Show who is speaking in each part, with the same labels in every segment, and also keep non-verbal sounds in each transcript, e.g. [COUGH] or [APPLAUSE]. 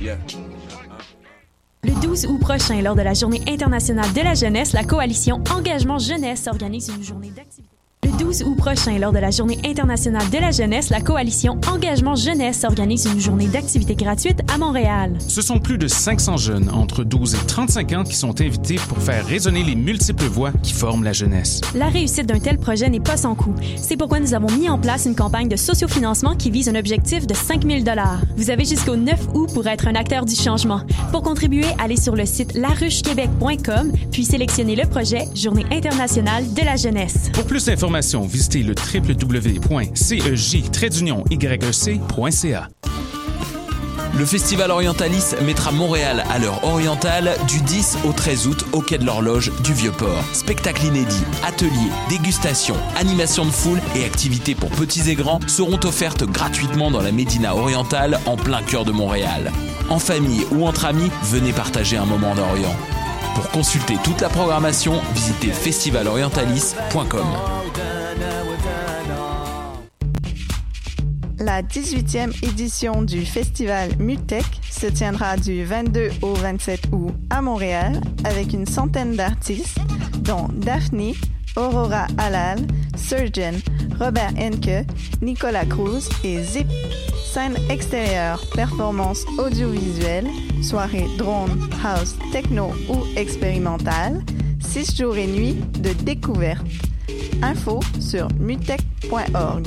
Speaker 1: Yeah.
Speaker 2: Le 12 août prochain, lors de la Journée internationale de la jeunesse, la coalition Engagement Jeunesse organise une journée d'activité. Le 12 août prochain, lors de la Journée internationale de la jeunesse, la coalition Engagement Jeunesse organise une journée d'activité gratuite à Montréal.
Speaker 3: Ce sont plus de 500 jeunes entre 12 et 35 ans qui sont invités pour faire résonner les multiples voix qui forment la jeunesse.
Speaker 2: La réussite d'un tel projet n'est pas sans coût. C'est pourquoi nous avons mis en place une campagne de sociofinancement qui vise un objectif de 5 000 Vous avez jusqu'au 9 août pour être un acteur du changement. Pour contribuer, allez sur le site laruchequebec.com puis sélectionnez le projet Journée internationale de la jeunesse.
Speaker 3: Pour plus d'informations, visitez le e www.cej-yec.ca.
Speaker 4: Le Festival Orientalis mettra Montréal à l'heure orientale du 10 au 13 août au quai de l'horloge du Vieux-Port. Spectacles inédits, ateliers, dégustations, animations de foule et activités pour petits et grands seront offertes gratuitement dans la Médina orientale en plein cœur de Montréal. En famille ou entre amis, venez partager un moment d'Orient. Pour consulter toute la programmation, visitez festivalorientalis.com.
Speaker 5: La 18e édition du festival Mutech se tiendra du 22 au 27 août à Montréal avec une centaine d'artistes dont Daphne, Aurora Halal, Surgeon, Robert Henke, Nicolas Cruz et Zip. Scène extérieure, performance audiovisuelle, soirée drone, house, techno ou expérimentale, 6 jours et nuits de découverte. Info sur mutech.org.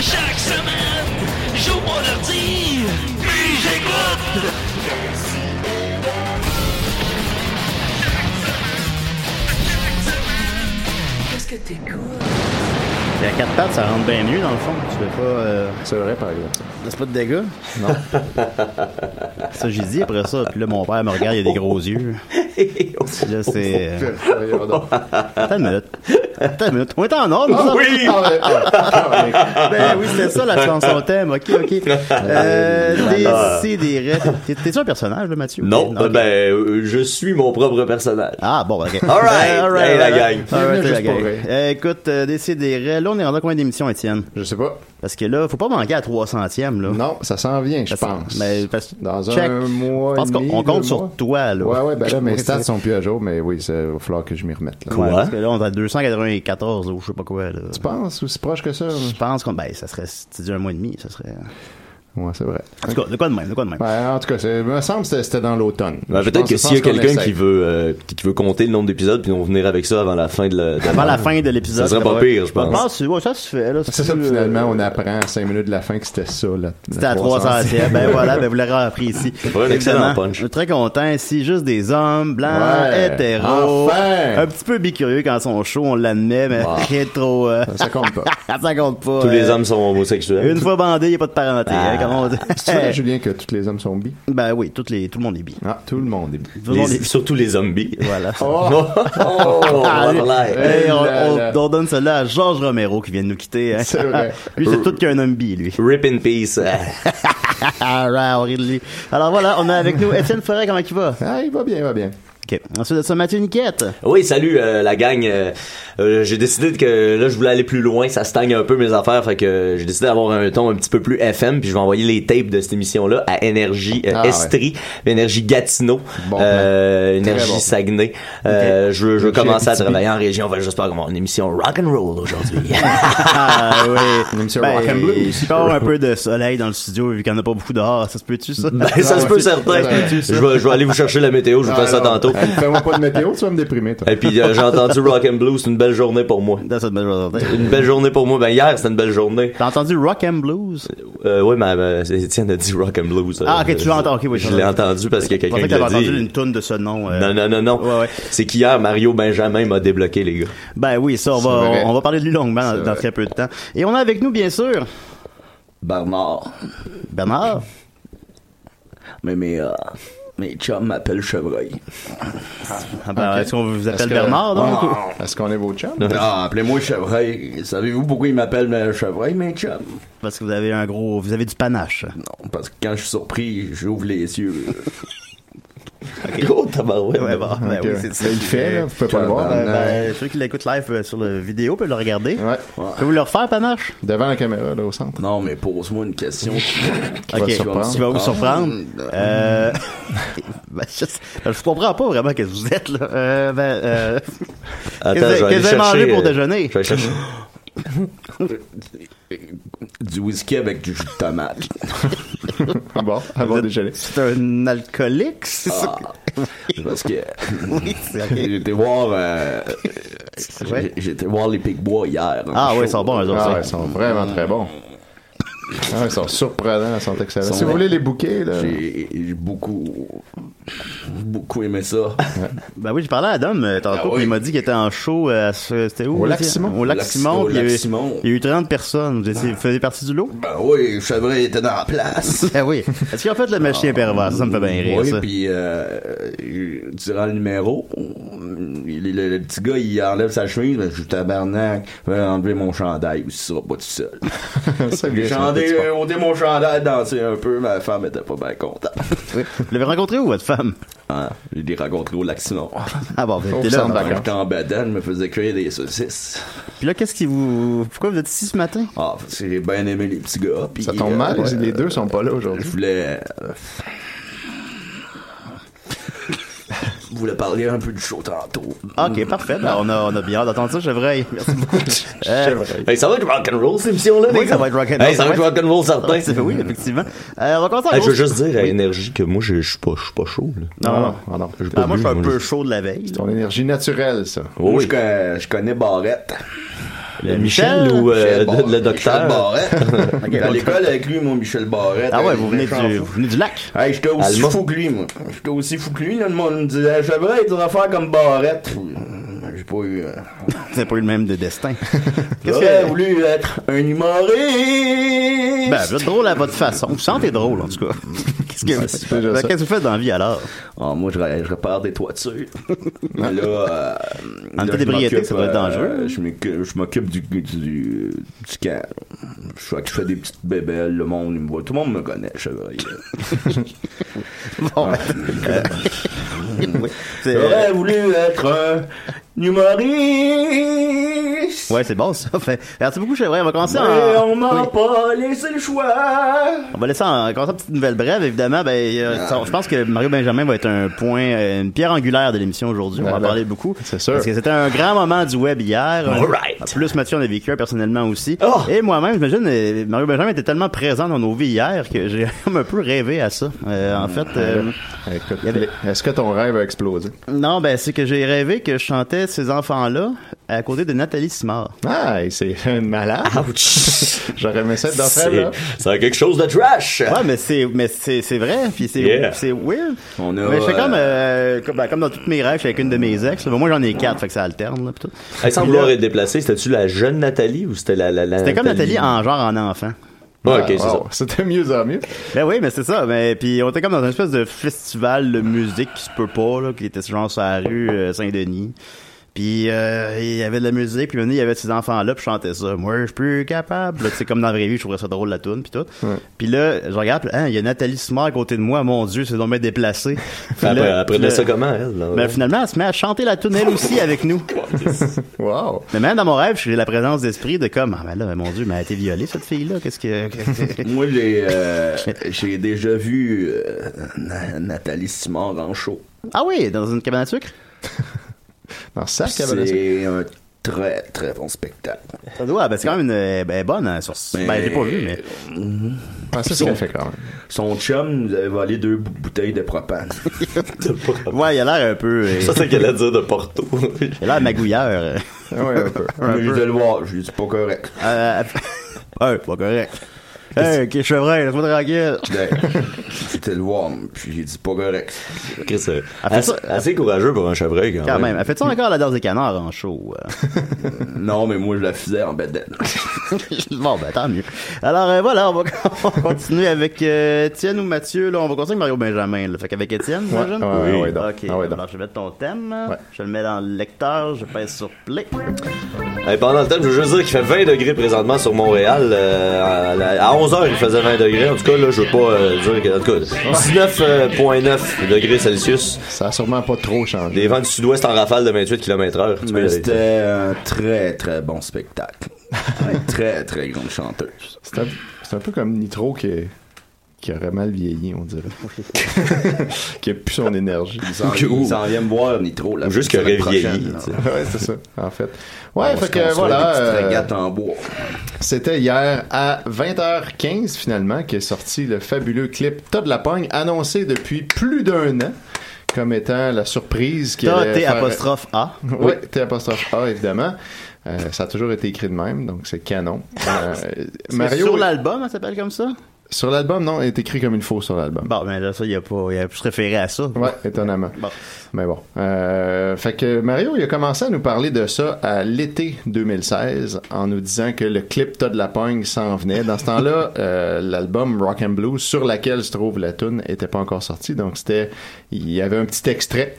Speaker 6: Chaque semaine, j'ouvre mon ordi, puis j'écoute. Qu'est-ce que t'écoutes?
Speaker 7: La 4 pattes, ça rentre bien mieux dans le fond. Tu fais pas. euh,
Speaker 8: C'est vrai, par exemple.
Speaker 7: C'est pas de dégâts? Non. ça, j'ai dit après ça. Puis là, mon père me regarde, il a des gros yeux. Là, c'est. euh,
Speaker 8: Voyons donc.
Speaker 7: Attends une minute. Attends une minute. On est en ordre, nous autres.
Speaker 8: Oui! Ah, ouais, ah, ah, ouais.
Speaker 7: Ben oui, c'est ça la chanson thème. Ok, ok. Euh, des, des T'es t'es-tu un personnage, là, Mathieu?
Speaker 9: Non,
Speaker 7: Ok.
Speaker 9: ben, euh, je suis mon propre personnage.
Speaker 7: Ah bon, ok.
Speaker 9: All right. Hey, la gang.
Speaker 7: All right, la
Speaker 8: Bienvenue juste pour
Speaker 7: gang.
Speaker 8: vrai.
Speaker 7: Euh, écoute, euh, Décidérez. Là, on est rendu à combien d'émissions, Étienne?
Speaker 8: Je sais pas.
Speaker 7: Parce que là, faut pas manquer à 300e, là.
Speaker 8: Non, ça s'en vient, je
Speaker 7: Parce-
Speaker 8: pense.
Speaker 7: mais parce-
Speaker 8: Dans
Speaker 7: check.
Speaker 8: un mois.
Speaker 7: Je pense
Speaker 8: et
Speaker 7: qu'on-
Speaker 8: demi,
Speaker 7: on compte
Speaker 8: deux
Speaker 7: sur
Speaker 8: mois.
Speaker 7: toi, là.
Speaker 8: Ouais, ouais, ben là, mes
Speaker 7: Oui, [LAUGHS]
Speaker 8: stats
Speaker 7: c'est-
Speaker 8: sont plus à jour, mais oui, ça va falloir que je m'y remette. là.
Speaker 9: Quoi?
Speaker 7: Ouais, Parce que là, on est à 294 ou je sais pas quoi, là.
Speaker 8: Tu penses aussi proche que ça?
Speaker 7: Je pense qu'on, ben, ça serait, si tu dis un mois et demi, ça serait.
Speaker 8: Ouais, c'est vrai.
Speaker 7: En tout cas, de quoi de même, de quoi de même.
Speaker 8: Ouais, en tout cas, c'est- me semble que c'était- c'était dans l'automne.
Speaker 9: Ben,
Speaker 8: Je
Speaker 9: peut-être
Speaker 8: pense-
Speaker 9: que
Speaker 8: je
Speaker 9: s'il y a
Speaker 8: pense qu'on
Speaker 9: quelqu'un
Speaker 8: essaie.
Speaker 9: qui veut euh, qui veut compter le nombre d'épisodes puis on va venir avec ça avant la fin de la de
Speaker 7: Avant la fin de l'épisode.
Speaker 9: Ça serait pas
Speaker 7: va-
Speaker 9: pire, je pense.
Speaker 7: Je pense, que- ouais, ça se fait, là.
Speaker 8: C'est ça, finalement, on apprend à 5 minutes de la fin que c'était ça. là.
Speaker 7: C'était à 300 ben voilà, ben vous l'aurez appris ici.
Speaker 9: Ouais, un excellent punch.
Speaker 7: Je suis très content ici, juste des hommes, blancs,
Speaker 8: Ouais,
Speaker 7: hétéros.
Speaker 8: enfin!
Speaker 7: Un petit peu bicurieux quand ils sont chauds, on l'admet, mais
Speaker 9: Wow.
Speaker 7: rétro, euh, [LAUGHS]
Speaker 8: Ça compte pas.
Speaker 7: ça compte pas.
Speaker 9: Tous les
Speaker 7: euh,
Speaker 9: hommes sont homosexuels.
Speaker 7: Une fois bandé, il n'y a pas de parenté. hein, comme on dit.
Speaker 8: Tu
Speaker 9: Ah.
Speaker 8: vois, Julien, que tous les hommes sont bi?
Speaker 7: [LAUGHS] ben oui, toutes les, tout le monde est bi.
Speaker 8: Ah, tout le monde est bi.
Speaker 7: [LAUGHS] Tout le monde
Speaker 9: Les-
Speaker 7: est
Speaker 9: [LAUGHS]
Speaker 7: bi.
Speaker 9: surtout les zombies.
Speaker 7: Voilà.
Speaker 8: Oh!
Speaker 9: [LAUGHS] Oh, on va
Speaker 7: Allez. Euh.
Speaker 9: parler.
Speaker 7: Hey, Eh, on,
Speaker 8: Là,
Speaker 7: on-
Speaker 8: là.
Speaker 7: on donne cela à Georges Romero qui vient de nous quitter. hein.
Speaker 8: C'est
Speaker 7: [LAUGHS]
Speaker 8: vrai. Euh.
Speaker 7: lui, c'est tout qu'un homme bi,
Speaker 8: [LAUGHS]
Speaker 7: lui.
Speaker 9: Rip in peace.
Speaker 7: Ah, right, on rit de lui. Alors voilà, on a avec nous Étienne Forêt, comment il va?
Speaker 8: Ah, il va bien, il va bien.
Speaker 7: OK. Ensuite de ça, Mathieu Niquette.
Speaker 9: Oui, salut euh, la gang. Euh, euh, j'ai décidé que là je voulais aller plus loin, ça stagne un peu mes affaires, fait que euh, j'ai décidé d'avoir un ton un petit peu plus FM, puis je vais envoyer les tapes de cette émission là à Énergie euh,
Speaker 8: Ah, ouais.
Speaker 9: Estrie, Énergie Gatineau,
Speaker 8: Bon
Speaker 9: euh,
Speaker 8: plan. Très
Speaker 9: Énergie
Speaker 8: bon plan.
Speaker 9: Saguenay. Euh, je veux, je veux
Speaker 8: Énergie
Speaker 9: commencer à
Speaker 8: Abitibi.
Speaker 9: travailler en région, Fait que j'espère qu'on va avoir une émission rock and roll
Speaker 8: [LAUGHS]
Speaker 9: aujourd'hui.
Speaker 7: Ah oui. Ben,
Speaker 8: Une émission rock and blues.
Speaker 7: Il peut y avoir un peu de soleil dans le studio vu qu'il n'y en a pas beaucoup dehors. Ça se peut-tu, ça?
Speaker 9: Ben, ça se peut certain.
Speaker 8: Ouais.
Speaker 9: Je vais, je vais aller vous chercher la météo, je vous fais ça
Speaker 8: Alors,
Speaker 9: tantôt.
Speaker 8: Fais-moi pas de météo, tu vas me déprimer, toi.
Speaker 9: Et puis euh, j'ai entendu rock and blues, c'est une belle journée pour moi.
Speaker 7: Dans cette belle journée.
Speaker 9: Une belle journée pour moi. Ben hier, c'était une belle journée.
Speaker 7: T'as entendu Rock and Blues?
Speaker 9: Euh, oui, mais euh, Étienne a dit rock and blues.
Speaker 7: Ah,
Speaker 9: Euh,
Speaker 7: ok, tu
Speaker 9: je-
Speaker 7: l'as entendu, ok, oui,
Speaker 9: Je
Speaker 7: je
Speaker 9: l'ai
Speaker 7: l'entends.
Speaker 9: entendu parce que
Speaker 7: Je pensais
Speaker 9: quelqu'un
Speaker 7: que t'avais
Speaker 9: l'a
Speaker 7: entendu
Speaker 9: dit.
Speaker 7: une toune de ce nom. euh.
Speaker 9: Non, non, non, non.
Speaker 7: Ouais, ouais.
Speaker 9: C'est qu'hier, Mario Benjamin m'a débloqué, les gars.
Speaker 7: Ben oui, ça, on va,
Speaker 8: C'est vrai.
Speaker 7: on va parler de lui longuement
Speaker 8: C'est
Speaker 7: dans, dans
Speaker 8: vrai.
Speaker 7: très peu de temps. Et on a avec nous, bien sûr,
Speaker 1: Bernard.
Speaker 7: Bernard.
Speaker 1: Mais mes, euh, mes chums m'appellent Chevreuil.
Speaker 7: Ah, ben,
Speaker 8: Ok.
Speaker 7: Est-ce qu'on vous
Speaker 8: Est-ce
Speaker 7: appelle
Speaker 8: que- Ah.
Speaker 7: Bernard, donc?
Speaker 8: Ouais. Est-ce qu'on est vos chums?
Speaker 1: Ah, appelez-moi Chevreuil. Savez-vous pourquoi ils m'appellent euh, Chevreuil, mes chums?
Speaker 7: Parce que vous avez un gros... Vous avez du panache.
Speaker 1: Non, parce que quand je suis surpris, j'ouvre les yeux.
Speaker 9: [LAUGHS] Gros tabarouette.
Speaker 7: Ouais, bon, ben
Speaker 8: Ok,
Speaker 7: oui,
Speaker 8: ouais.
Speaker 7: c'est
Speaker 8: Ben, Il le fait, là, vous pouvez pas le voir.
Speaker 7: Ben,
Speaker 8: mais-
Speaker 7: ben, ceux qui l'écoutent live euh, sur la vidéo peuvent le regarder.
Speaker 8: Euh, Ouais.
Speaker 7: Pouvez-vous le refaire, Panache?
Speaker 8: Devant la caméra, là, au centre.
Speaker 1: Non, mais pose-moi une
Speaker 7: [LAUGHS]
Speaker 1: question.
Speaker 8: Qui va te
Speaker 7: Tu vas
Speaker 8: surprendre.
Speaker 7: vous surprendre.
Speaker 8: Mmh.
Speaker 1: Ah.
Speaker 7: Euh... [LAUGHS] ben, je, ben, je comprends pas vraiment que vous êtes, là. Euh, ben, euh...
Speaker 9: Attends,
Speaker 7: qu'est-ce que-
Speaker 9: je vais
Speaker 7: qu'est-ce que
Speaker 9: aller
Speaker 7: vous avez mangé
Speaker 9: chercher,
Speaker 7: pour
Speaker 9: euh,
Speaker 7: déjeuner?
Speaker 9: Je vais chercher.
Speaker 1: [LAUGHS] du whisky avec du jus de tomate.
Speaker 8: Ah bon, avant
Speaker 7: êtes-
Speaker 8: déjeuner.
Speaker 7: C'est un alcoolique,
Speaker 8: Ah.
Speaker 7: c'est ça?
Speaker 1: Parce que
Speaker 7: Oui, c'est ok.
Speaker 8: [LAUGHS]
Speaker 1: j'ai été voir... euh,
Speaker 7: Ouais.
Speaker 1: j'ai- J'ai été voir les Pic-Bois hier. en
Speaker 7: Ah
Speaker 1: show.
Speaker 7: ouais, ils sont bons, eux autres.
Speaker 8: Ah,
Speaker 7: ça.
Speaker 8: ouais, ils sont vraiment très bons. Ah, ils sont surprenants, ils sont excellents. si vous voulez les bouquets,
Speaker 7: euh.
Speaker 8: là.
Speaker 1: J'ai j'ai beaucoup... Beaucoup aimé ça.
Speaker 7: Ben oui, j'ai parlé à Adam euh, tantôt,
Speaker 1: Ah
Speaker 7: puis
Speaker 1: oui.
Speaker 7: il m'a dit qu'il était en show euh, à ce- c'était où?
Speaker 8: Au
Speaker 7: là,
Speaker 8: Lac
Speaker 7: c'est-
Speaker 8: Simon.
Speaker 7: Au Lac
Speaker 1: Lac-
Speaker 7: Simon,
Speaker 1: au
Speaker 7: puis il y
Speaker 1: Lac
Speaker 7: a eu-
Speaker 1: Simon.
Speaker 7: il y a eu 30 personnes. Vous étiez- vous faisiez partie du lot?
Speaker 1: Ben oui, Chevreuil était dans la
Speaker 7: [LAUGHS]
Speaker 1: place.
Speaker 7: Ben oui. Est-ce qu'ils ont fait le machin pervers? Ça, ça me fait bien rire,
Speaker 1: Oui,
Speaker 7: ça.
Speaker 1: puis euh, durant le numéro, il- le, le petit gars, il enlève sa chemise, ben, je suis tabarnak, je vais enlever mon chandail, aussi, ça va pas tout
Speaker 7: [LAUGHS]
Speaker 1: seul.
Speaker 8: C'est bien,
Speaker 1: J'ai
Speaker 8: [LAUGHS] ça,
Speaker 1: chanté,
Speaker 8: c'est bon.
Speaker 1: euh, ôté mon chandail, dansé un peu, ma femme était pas bien contente. [LAUGHS]
Speaker 7: Vous l'avez rencontré où, votre femme?
Speaker 1: Hein, je l'ai rencontré au Laxinon.
Speaker 7: Ah bon,
Speaker 8: Au
Speaker 7: vous étiez là.
Speaker 8: centre
Speaker 7: non?
Speaker 8: D'accord.
Speaker 1: J'étais en badane, je me faisais cuire des saucisses.
Speaker 7: Puis là, qu'est-ce qui vous... Pourquoi vous êtes ici ce matin?
Speaker 1: Ah, parce que j'ai bien aimé les petits gars. puis,
Speaker 8: Ça tombe
Speaker 1: euh,
Speaker 8: mal,
Speaker 1: ouais,
Speaker 8: les deux sont pas là
Speaker 1: Je
Speaker 8: aujourd'hui.
Speaker 1: voulais... euh, Je voulais parler un peu du show tantôt.
Speaker 7: Ok, parfait. Ben, on, a, on a bien hâte d'entendre ça, Chevreuil. [LAUGHS] Merci beaucoup. Euh,
Speaker 9: Hey, ça va être rock'n'roll, cette émission-là, les
Speaker 7: oui, ça
Speaker 9: gars?
Speaker 7: va être rock'n'roll.
Speaker 9: Hey, ça va être rock'n'roll, certain.
Speaker 7: Ouais, ah, c'est- Oui, effectivement. Euh, on va commencer en
Speaker 9: Hey, je
Speaker 7: gros-
Speaker 9: veux juste dire à Énergie que moi, je je suis pas, je suis pas chaud, là.
Speaker 7: Non, non.
Speaker 8: Ah, non.
Speaker 9: J'ai pas
Speaker 7: Ah, moi, je
Speaker 9: bu,
Speaker 7: suis un peu
Speaker 9: je-
Speaker 7: chaud de la veille.
Speaker 8: Ton énergie naturelle, ça.
Speaker 9: Oh,
Speaker 1: Moi,
Speaker 9: oui.
Speaker 1: je, connais, je connais Barrette.
Speaker 9: Le Michel, ou euh,
Speaker 1: Michel Bar-
Speaker 9: le, le docteur? [LAUGHS]
Speaker 1: Michel Barrette.
Speaker 7: Ok,
Speaker 1: à
Speaker 7: bon,
Speaker 1: l'école avec lui, mon Michel Barrette. euh,
Speaker 7: Ah ouais,
Speaker 1: Il
Speaker 7: vous venez
Speaker 1: était
Speaker 7: du,
Speaker 1: fou.
Speaker 7: vous venez du lac.
Speaker 1: Hey, j'étais aussi
Speaker 9: Alma.
Speaker 1: fou que lui, moi. J'étais aussi fou que lui. Là, le monde me disait, j'aimerais être affaire comme Barrette. J'ai pas eu. euh,
Speaker 7: [LAUGHS] C'est pas eu le même de destin. Ben, Qu'est-ce
Speaker 1: J'aurais
Speaker 7: que.
Speaker 1: voulu être un humoriste.
Speaker 7: Ben, vous êtes drôle à votre façon. Vous sentez drôle, en tout cas. [LAUGHS] Qu'est-ce que,
Speaker 8: déjà
Speaker 7: Ben,
Speaker 8: ça.
Speaker 7: qu'est-ce que vous faites dans la vie alors?
Speaker 1: Ah, moi, je, ré- je répare des
Speaker 7: [LAUGHS]
Speaker 1: toitures. Mais là, euh,
Speaker 7: En
Speaker 1: là,
Speaker 7: toute
Speaker 1: je
Speaker 7: ébriété,
Speaker 1: m'occupe,
Speaker 7: ça doit être dangereux. hein?
Speaker 1: euh, je m'occupe- je m'occupe du, du, du, du camp. Je fais, je fais des petites bébelles, le monde, il me voit. Tout le monde me connaît, Ah, Chevalier.
Speaker 7: [LAUGHS] Bon, ben, euh, oui, c'est-
Speaker 1: J'aurais voulu être un humoriste.
Speaker 7: Ouais, c'est bon, ça. Fait- Merci beaucoup, c'est vrai. On va commencer
Speaker 1: Mais
Speaker 7: en.
Speaker 1: on m'a
Speaker 7: Oui.
Speaker 1: pas laissé le choix.
Speaker 7: On va laisser en, commencer en petite nouvelle brève, évidemment. Ben, euh, ça- je pense que Mario Benjamin va être un point, euh, une pierre angulaire de l'émission aujourd'hui. On va en
Speaker 8: Voilà.
Speaker 7: parler beaucoup.
Speaker 8: C'est sûr.
Speaker 7: Parce que c'était un grand moment du web hier. Euh,
Speaker 9: All right.
Speaker 7: En Plus Mathieu en a vécu un personnellement aussi.
Speaker 9: Oh!
Speaker 7: Et moi-même, j'imagine, euh, Mario Benjamin était tellement présent dans nos vies hier que j'ai [LAUGHS] comme un peu rêvé à ça. Euh, en fait, euh,
Speaker 8: Écoute,
Speaker 7: Il y avait-
Speaker 8: les- Est-ce que ton rêve a explosé?
Speaker 7: non, ben, c'est que j'ai rêvé que je chantais ces enfants-là à côté de Nathalie Simard.
Speaker 8: Ah, c'est [LAUGHS] un malade.
Speaker 9: Ouch!
Speaker 8: J'aurais aimé ça être dans
Speaker 9: Ah, C'est-
Speaker 8: celle-là.
Speaker 9: Ça a quelque chose de trash!
Speaker 7: Ouais, mais c'est mais c'est c'est vrai, puis c'est
Speaker 9: Yeah.
Speaker 7: c'est weird.
Speaker 1: On a,
Speaker 7: mais je fais comme
Speaker 1: euh,
Speaker 7: euh, comme, ben, comme dans toutes mes rêves, je fais avec une de mes ex. là. Moi j'en ai quatre, fait que ça alterne là, pis tout.
Speaker 9: Hey, sans
Speaker 7: Puis
Speaker 9: vouloir
Speaker 7: là,
Speaker 9: être déplacé, c'était-tu la jeune Nathalie ou c'était la, la, la
Speaker 7: C'était comme Nathalie en genre en enfant.
Speaker 9: Ouais, ok, c'est
Speaker 8: Ah,
Speaker 9: ça.
Speaker 8: wow, C'était mieux en mieux.
Speaker 7: Ben oui, mais c'est ça. Mais puis on était comme dans une espèce de festival de musique qui se peut pas là, qui était genre sur la rue euh, Saint-Denis. Puis euh, il y avait de la musique, puis maintenant il y avait ces enfants-là, puis je chantais ça. Moi, je suis plus capable. C'est comme dans la vraie vie, je trouverais ça drôle la tune puis tout. Puis là, je regarde, puis, Hein, il y a Nathalie Simard à côté de moi, mon Dieu, c'est dommage déplacé. Puis
Speaker 9: Après,
Speaker 7: là,
Speaker 9: après
Speaker 7: puis là-
Speaker 9: ça comment, elle? là?
Speaker 7: ben, finalement, elle se met à chanter la tune elle aussi avec nous.
Speaker 8: Wow.
Speaker 7: Mais même dans mon rêve, j'ai la présence d'esprit de comme, ah ben là, mon Dieu, mais elle a été violée, cette fille-là. Qu'est-ce que.
Speaker 1: Ben, Moi, j'ai euh, j'ai déjà vu euh, Na- Nathalie Simard en show.
Speaker 7: ah oui, dans une cabane à sucre?
Speaker 8: Dans
Speaker 7: Ah,
Speaker 8: sa cabane à sucre.
Speaker 1: C'est un très, très bon spectacle.
Speaker 7: Ça doit, ben c'est quand même une, euh, ben, bonne, hein, sur. Ben, je l'ai pas vue, mais.
Speaker 8: Ah, ça, c'est qu'elle fait quand même.
Speaker 1: Son chum nous avait volé deux bou- bouteilles de propane.
Speaker 7: Ouais, il a l'air un peu.
Speaker 9: [LAUGHS]
Speaker 7: euh,
Speaker 9: Ça, c'est qu'elle a dire de
Speaker 1: [LAUGHS]
Speaker 9: Porto.
Speaker 7: il a l'air magouilleur. euh.
Speaker 8: Ah Ouais, un peu.
Speaker 1: J'ai dû le voir, je lui ai dit, pas correct.
Speaker 7: [LAUGHS] Euh, [LAUGHS] ouais, pas correct. Hey, ok, chevreuil, laisse-moi tranquille.
Speaker 1: Ben, [LAUGHS] J'ai dû le voir, puis j'ai dit, pas correct.
Speaker 9: Chris, euh,
Speaker 7: Elle fait
Speaker 9: assez,
Speaker 7: ça-
Speaker 9: assez courageux pour un chevreuil, quand,
Speaker 7: Quand même, elle fait ça encore la danse des canards en show? euh?
Speaker 1: Non, mais moi, je la faisais en bedaine.
Speaker 7: [LAUGHS] bon, ben tant mieux. Alors euh, voilà, on va [LAUGHS] on va continuer avec euh, Étienne ou Mathieu. Là, on va continuer avec Mario Benjamin. Là. Fait qu'avec Étienne, j'imagine?
Speaker 8: ouais, ouais, ouais, donc.
Speaker 7: ok,
Speaker 8: Ah, ouais, donc.
Speaker 7: alors je vais mettre ton thème.
Speaker 8: Ouais.
Speaker 7: Je le mets dans le lecteur, je pèse sur play.
Speaker 9: Hey, pendant le temps, je veux juste dire qu'il fait 20 degrés présentement sur Montréal. euh, à la- à, 11h, il faisait 20 degrés. En tout cas, là, je veux pas euh, dire que. En tout cas, 19,9 euh, degrés Celsius.
Speaker 8: Ça a sûrement pas trop changé.
Speaker 9: Des vents du sud-ouest en rafale de 28 km/h. Tu peux y
Speaker 1: Mais
Speaker 9: aller.
Speaker 1: c'était un très, très bon spectacle.
Speaker 9: [LAUGHS]
Speaker 1: Une très, très grande chanteuse.
Speaker 8: C'est un, c'est un peu comme Nitro qui, est- qui aurait mal vieilli, on [LAUGHS] dirait. qui a plus son énergie.
Speaker 1: Ils s'en ils s'en viennent me voir, Nitro. Là,
Speaker 9: Ou juste
Speaker 1: la
Speaker 9: qu'il aurait
Speaker 1: semaine
Speaker 9: vieilli,
Speaker 1: prochaine,
Speaker 9: tu sais.
Speaker 1: là.
Speaker 8: Ouais, c'est ça, en fait.
Speaker 1: On
Speaker 8: Ouais,
Speaker 1: se
Speaker 8: fait que
Speaker 1: construit
Speaker 8: voilà.
Speaker 1: Des petites
Speaker 8: euh,
Speaker 1: régates en bois.
Speaker 8: C'était hier à 20h15 finalement qu'est sorti le fabuleux clip Top de la Pogne annoncé depuis plus d'un an comme étant la surprise qui
Speaker 7: T'as
Speaker 8: allait
Speaker 7: T
Speaker 8: faire- euh,
Speaker 7: apostrophe A.
Speaker 8: Oui, T apostrophe A évidemment. Euh, ça a toujours été écrit de même, donc c'est canon.
Speaker 7: [LAUGHS]
Speaker 8: Euh, Mario
Speaker 7: Sur l'album, elle s'appelle comme ça?
Speaker 8: sur l'album, non, est écrit comme il faut sur l'album.
Speaker 7: Bon, ben là, ça, il y a pas. Il y a plus référé à ça.
Speaker 8: Ouais, étonnamment.
Speaker 7: Bon.
Speaker 8: Mais bon. Euh, fait que Mario, il a commencé à nous parler de ça à l'été 2016 en nous disant que le clip Todd de la pogne s'en venait. Dans ce
Speaker 7: [LAUGHS]
Speaker 8: temps-là, euh, l'album Rock and Blues sur laquelle se trouve la tune était pas encore sorti. Donc c'était, il y avait un petit extrait.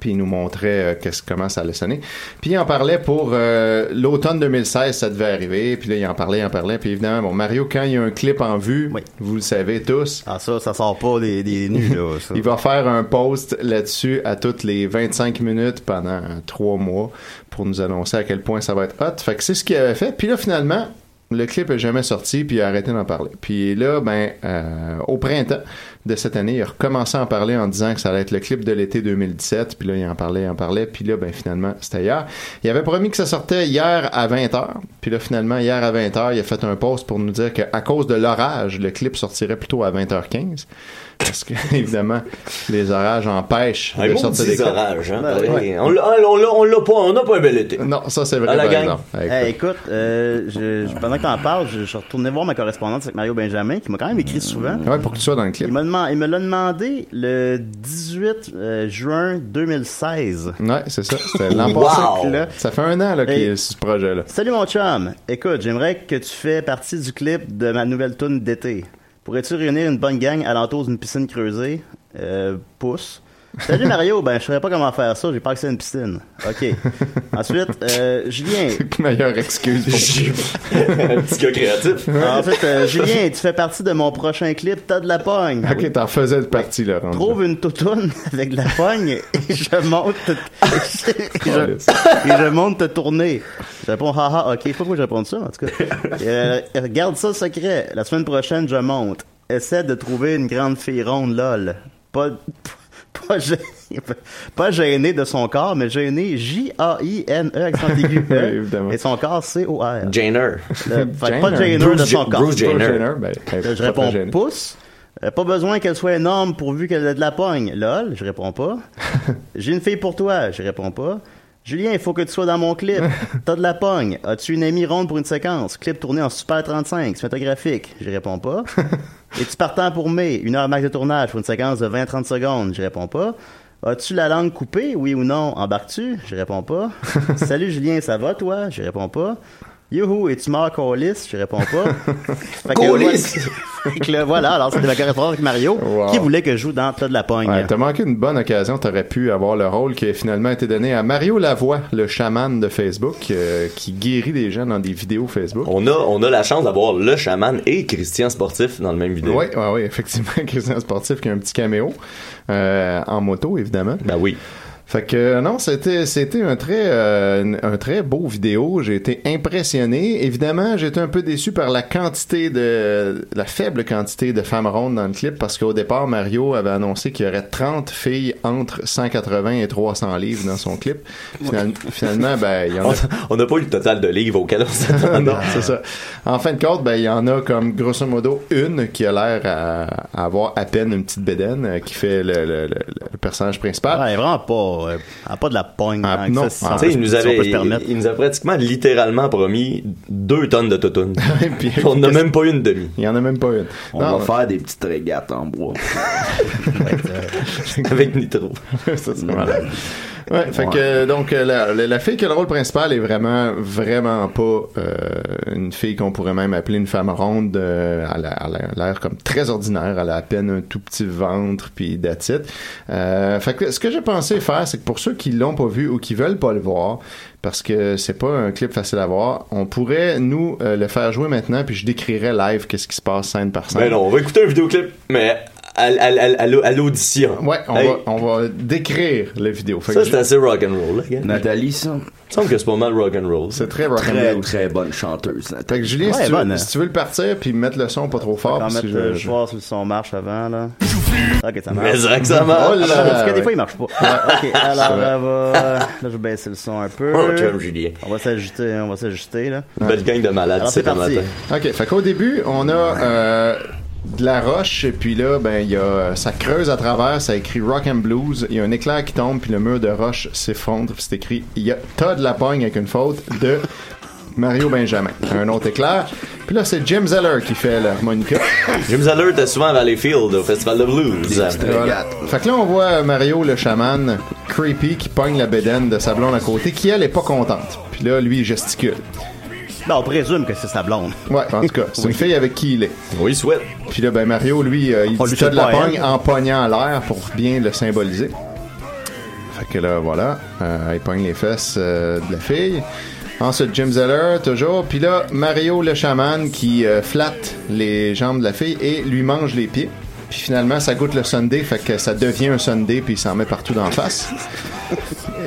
Speaker 8: Puis il nous montrait euh, qu'est-ce, comment ça allait sonner. Puis il en parlait pour euh, l'automne 2016, ça devait arriver. Puis là, il en parlait, il en parlait. Puis évidemment, bon, Mario, quand il y a un clip en vue,
Speaker 7: Oui.
Speaker 8: vous le savez tous,
Speaker 7: Ah, ça, ça sort pas des, des nus,
Speaker 8: [LAUGHS]
Speaker 7: là. ça.
Speaker 8: il va faire un post là-dessus à toutes les 25 minutes pendant euh, trois mois pour nous annoncer à quel point ça va être hot. Fait que c'est ce qu'il avait fait. Puis là, finalement, le clip est jamais sorti, puis il a arrêté d'en parler. Puis là, ben, euh, au printemps de cette année, il a recommencé à en parler en disant que ça allait être le clip de l'été 2017. Puis là, il en parlait, il en parlait. Puis là, ben, finalement, c'était hier. Il avait promis que ça sortait hier à 20h. Puis là, finalement, hier à 20h, il a fait un post pour nous dire qu'à cause de l'orage, le clip sortirait plutôt à 20h15. Parce que, [LAUGHS] évidemment, les orages empêchent
Speaker 9: Un
Speaker 8: de
Speaker 9: bon
Speaker 8: sortir des
Speaker 9: petit
Speaker 8: clips.
Speaker 9: orage, hein,
Speaker 7: Ouais.
Speaker 9: pareil. On l'a- on l'a on l'a pas, [LAUGHS] on n'a pas un bel été.
Speaker 8: Non, ça, c'est
Speaker 9: À
Speaker 8: vrai,
Speaker 9: la
Speaker 8: par
Speaker 9: gang.
Speaker 8: exemple. Ah, Écoute.
Speaker 7: Eh, écoute, euh, je, je- pendant que t'en parles, je, je suis retourné voir ma correspondance avec Mario Benjamin, qui m'a quand même écrit souvent.
Speaker 8: Ah Ouais, pour que tu sois dans le clip.
Speaker 7: Il, m'a demand- il me l'a demandé le 18 euh, juin 2016.
Speaker 8: Ouais, c'est ça. C'était l'an passé.
Speaker 9: Wow!
Speaker 8: Là, ça fait un an là, qu'il y a ce projet-là.
Speaker 7: Salut mon chum, écoute, j'aimerais que tu fais partie du clip de ma nouvelle tune d'été. Pourrais-tu réunir une bonne gang alentour d'une piscine creusée? Euh, pouce. Salut Mario, ben je saurais pas comment faire ça, j'ai pas accès à une piscine.
Speaker 8: [LAUGHS]
Speaker 7: Ok. Ensuite, euh, Julien,
Speaker 8: Meilleure excuse pour
Speaker 9: un petit gars créatif.
Speaker 7: en fait, euh, Julien, tu fais partie de mon prochain clip, t'as de la pogne.
Speaker 8: Ok, t'en faisais de partie, là. rendu
Speaker 7: trouve
Speaker 8: là.
Speaker 7: une toutoune avec de la pogne et je monte te,
Speaker 8: [LAUGHS]
Speaker 7: et, je,
Speaker 8: Caliste.
Speaker 7: et je monte te tourner. Je réponds haha, ok, je sais pas pourquoi je réponds ça, mais en tout cas. Euh, regarde ça secret. La semaine prochaine, je monte. Essaie de trouver une grande fille ronde, lol. Pas, pas, gê- pas gêné de son corps, mais gêné J-A-I-N-E
Speaker 8: [LAUGHS]
Speaker 7: accent aigu.
Speaker 8: Oui,
Speaker 7: E.
Speaker 8: évidemment.
Speaker 7: et son corps C-O-R.
Speaker 9: Janer.
Speaker 7: Le- Euh, fait que Pas
Speaker 8: Jenner.
Speaker 7: gêné de
Speaker 9: hein. Bruce
Speaker 7: son
Speaker 9: J-
Speaker 7: corps.
Speaker 9: Bruce hein. Jenner.
Speaker 8: Jenner, ben,
Speaker 7: Là,
Speaker 8: elle
Speaker 7: je
Speaker 8: est pas
Speaker 7: réponds
Speaker 8: gênée.
Speaker 7: pouce. Euh, pas besoin qu'elle soit énorme pourvu qu'elle ait de la pogne. Lol, je réponds pas. J'ai une fille pour toi, je réponds pas. Julien, il faut que tu sois dans mon clip. T'as de la pogne. As-tu une amie ronde pour une séquence? Clip tourné en Super 35, cinématographique. Je réponds pas. Es-tu partant pour mai? Une heure max de tournage pour une séquence de 20-30 secondes. Je réponds pas. As-tu la langue coupée? Oui ou non? Embarques-tu? Je réponds pas. Salut Julien, ça va toi? Je réponds pas. Youhou, es-tu mort, Colis? Je réponds pas. Fait que-
Speaker 9: Colis?
Speaker 7: Fait que là, voilà, alors c'était ma correspondance avec Mario
Speaker 8: Wow.
Speaker 7: qui voulait que je joue dans T'as de la pogne.
Speaker 8: Ouais, t'as manqué une bonne occasion, t'aurais pu avoir le rôle qui a finalement été donné à Mario Lavoie, le chaman de Facebook, euh, qui guérit des gens dans des vidéos Facebook.
Speaker 9: On a, on a la chance d'avoir le chaman et Christian Sportif dans le même vidéo.
Speaker 8: Oui, ouais, ouais, effectivement, [LAUGHS] Christian Sportif qui a un petit caméo euh, en moto, évidemment.
Speaker 9: Ben oui.
Speaker 8: Fait que euh, non, c'était c'était un très euh, un très beau vidéo. J'ai été impressionné. Évidemment, j'étais un peu déçu par la quantité de la faible quantité de femmes rondes dans le clip parce qu'au départ Mario avait annoncé qu'il y aurait 30 filles entre 180 et 300 livres dans son clip. Final- Finalement, ben il y en a
Speaker 9: On n'a pas eu le total de livres auquel on s'attendait.
Speaker 8: [LAUGHS] non, c'est ça. En fin de compte, ben, il y en a comme grosso modo une qui a l'air à, à avoir à peine une petite bédaine euh, qui fait le, le- le- le personnage principal.
Speaker 7: Ouais, vraiment pas, euh, elle a pas de la pogne.
Speaker 8: Ah,
Speaker 7: hein,
Speaker 8: non.
Speaker 7: ça, si
Speaker 8: Ah,
Speaker 7: on
Speaker 9: Tu sais,
Speaker 7: peut-
Speaker 9: il nous
Speaker 7: si on
Speaker 9: avait,
Speaker 7: peut se permettre.
Speaker 9: il, il nous a pratiquement littéralement promis deux tonnes de totoune.
Speaker 8: Et [LAUGHS] puis,
Speaker 9: on n'a
Speaker 8: qu'est-ce-
Speaker 9: même pas eu une demi.
Speaker 8: Il y en a même pas une.
Speaker 1: On
Speaker 8: Non,
Speaker 1: va faire des petites régates en bois.
Speaker 9: [LAUGHS] Avec Nitro.
Speaker 8: [LAUGHS] ça, c'est malade. Ouais, fait que euh, donc euh, la, la- la fille qui a le rôle principal est vraiment vraiment pas euh, une fille qu'on pourrait même appeler une femme ronde euh, elle, a, elle a l'air comme très ordinaire elle a à peine un tout petit ventre puis d'attitude euh, fait que ce que j'ai pensé faire c'est que pour ceux qui l'ont pas vu ou qui veulent pas le voir parce que c'est pas un clip facile à voir on pourrait nous euh, le faire jouer maintenant puis je décrirais live qu'est-ce qui se passe scène par scène
Speaker 9: Mais Ben non, on va écouter un vidéoclip, mais à, à- à- à l'au- à l'audition.
Speaker 8: ouais on,
Speaker 9: Hey,
Speaker 8: va, on va décrire la vidéo Fait
Speaker 9: Ça,
Speaker 8: que
Speaker 9: c'est assez rock'n'roll. Il me
Speaker 1: Nathalie, ça,
Speaker 9: semble que c'est pas mal rock'n'roll.
Speaker 8: c'est très rock
Speaker 1: très très bonne chanteuse. Nathalie.
Speaker 8: Fait que Julien,
Speaker 7: Ouais,
Speaker 8: si, tu
Speaker 7: bonne,
Speaker 8: veux,
Speaker 7: hein.
Speaker 8: si tu veux le partir puis mettre le son pas trop fort,
Speaker 7: Quand
Speaker 8: parce que
Speaker 7: mettre,
Speaker 8: je,
Speaker 7: euh,
Speaker 8: je-
Speaker 7: je vois si le son marche avant, là. Ok, ça marche.
Speaker 9: Mais c'est vrai que ça
Speaker 8: Oh
Speaker 9: marche.
Speaker 8: là,
Speaker 7: Ah, parce que
Speaker 8: ouais.
Speaker 7: des fois, il marche pas. [LAUGHS] ok, alors,
Speaker 8: vrai.
Speaker 7: elle va- là, je vais baisser le son un peu.
Speaker 9: Oh, chum, Julien.
Speaker 7: On va s'ajuster, hein, on va s'ajuster, là.
Speaker 4: Ah,
Speaker 9: Une belle gang de malades,
Speaker 7: Alors,
Speaker 9: c'est
Speaker 7: c'est
Speaker 9: un
Speaker 7: parti.
Speaker 9: matin.
Speaker 8: Ok, fait qu'au début, on a euh, de la roche, et puis là, ben, il y a, ça creuse à travers, ça écrit rock and blues, il y a un éclair qui tombe, puis le mur de roche s'effondre, puis c'est écrit, il y a Todd Lapogne avec une faute de Mario Benjamin. Un autre éclair. Puis là, c'est Jim Zeller qui fait l'harmonica.
Speaker 9: James Allure était souvent à Valleyfield au Festival de Blues.
Speaker 8: Voilà. Fait que là, on voit euh, Mario, le chaman, creepy, qui pogne la bédaine de sa blonde à côté, qui, elle, est pas contente. Puis là, lui, il gesticule.
Speaker 7: Ben, on présume que c'est sa blonde. [LAUGHS]
Speaker 8: Ouais, en tout cas, c'est une fille avec qui il est.
Speaker 9: Oui, souhaite.
Speaker 8: Puis là, ben Mario, lui, euh, il
Speaker 7: On
Speaker 8: dit
Speaker 7: lui
Speaker 8: ça de la
Speaker 7: souhaite pas,
Speaker 8: pogne
Speaker 7: elle.
Speaker 8: en pognant à l'air pour bien le symboliser. Fait que là, voilà, euh, il pogne les fesses euh, de la fille. Ensuite, Jim Zeller, toujours. Puis là, Mario, le chaman, qui euh, flatte les jambes de la fille et lui mange les pieds. Puis finalement, ça goûte le Sunday, fait que ça devient un Sunday, puis il s'en met partout
Speaker 7: [LAUGHS]
Speaker 8: d'en face.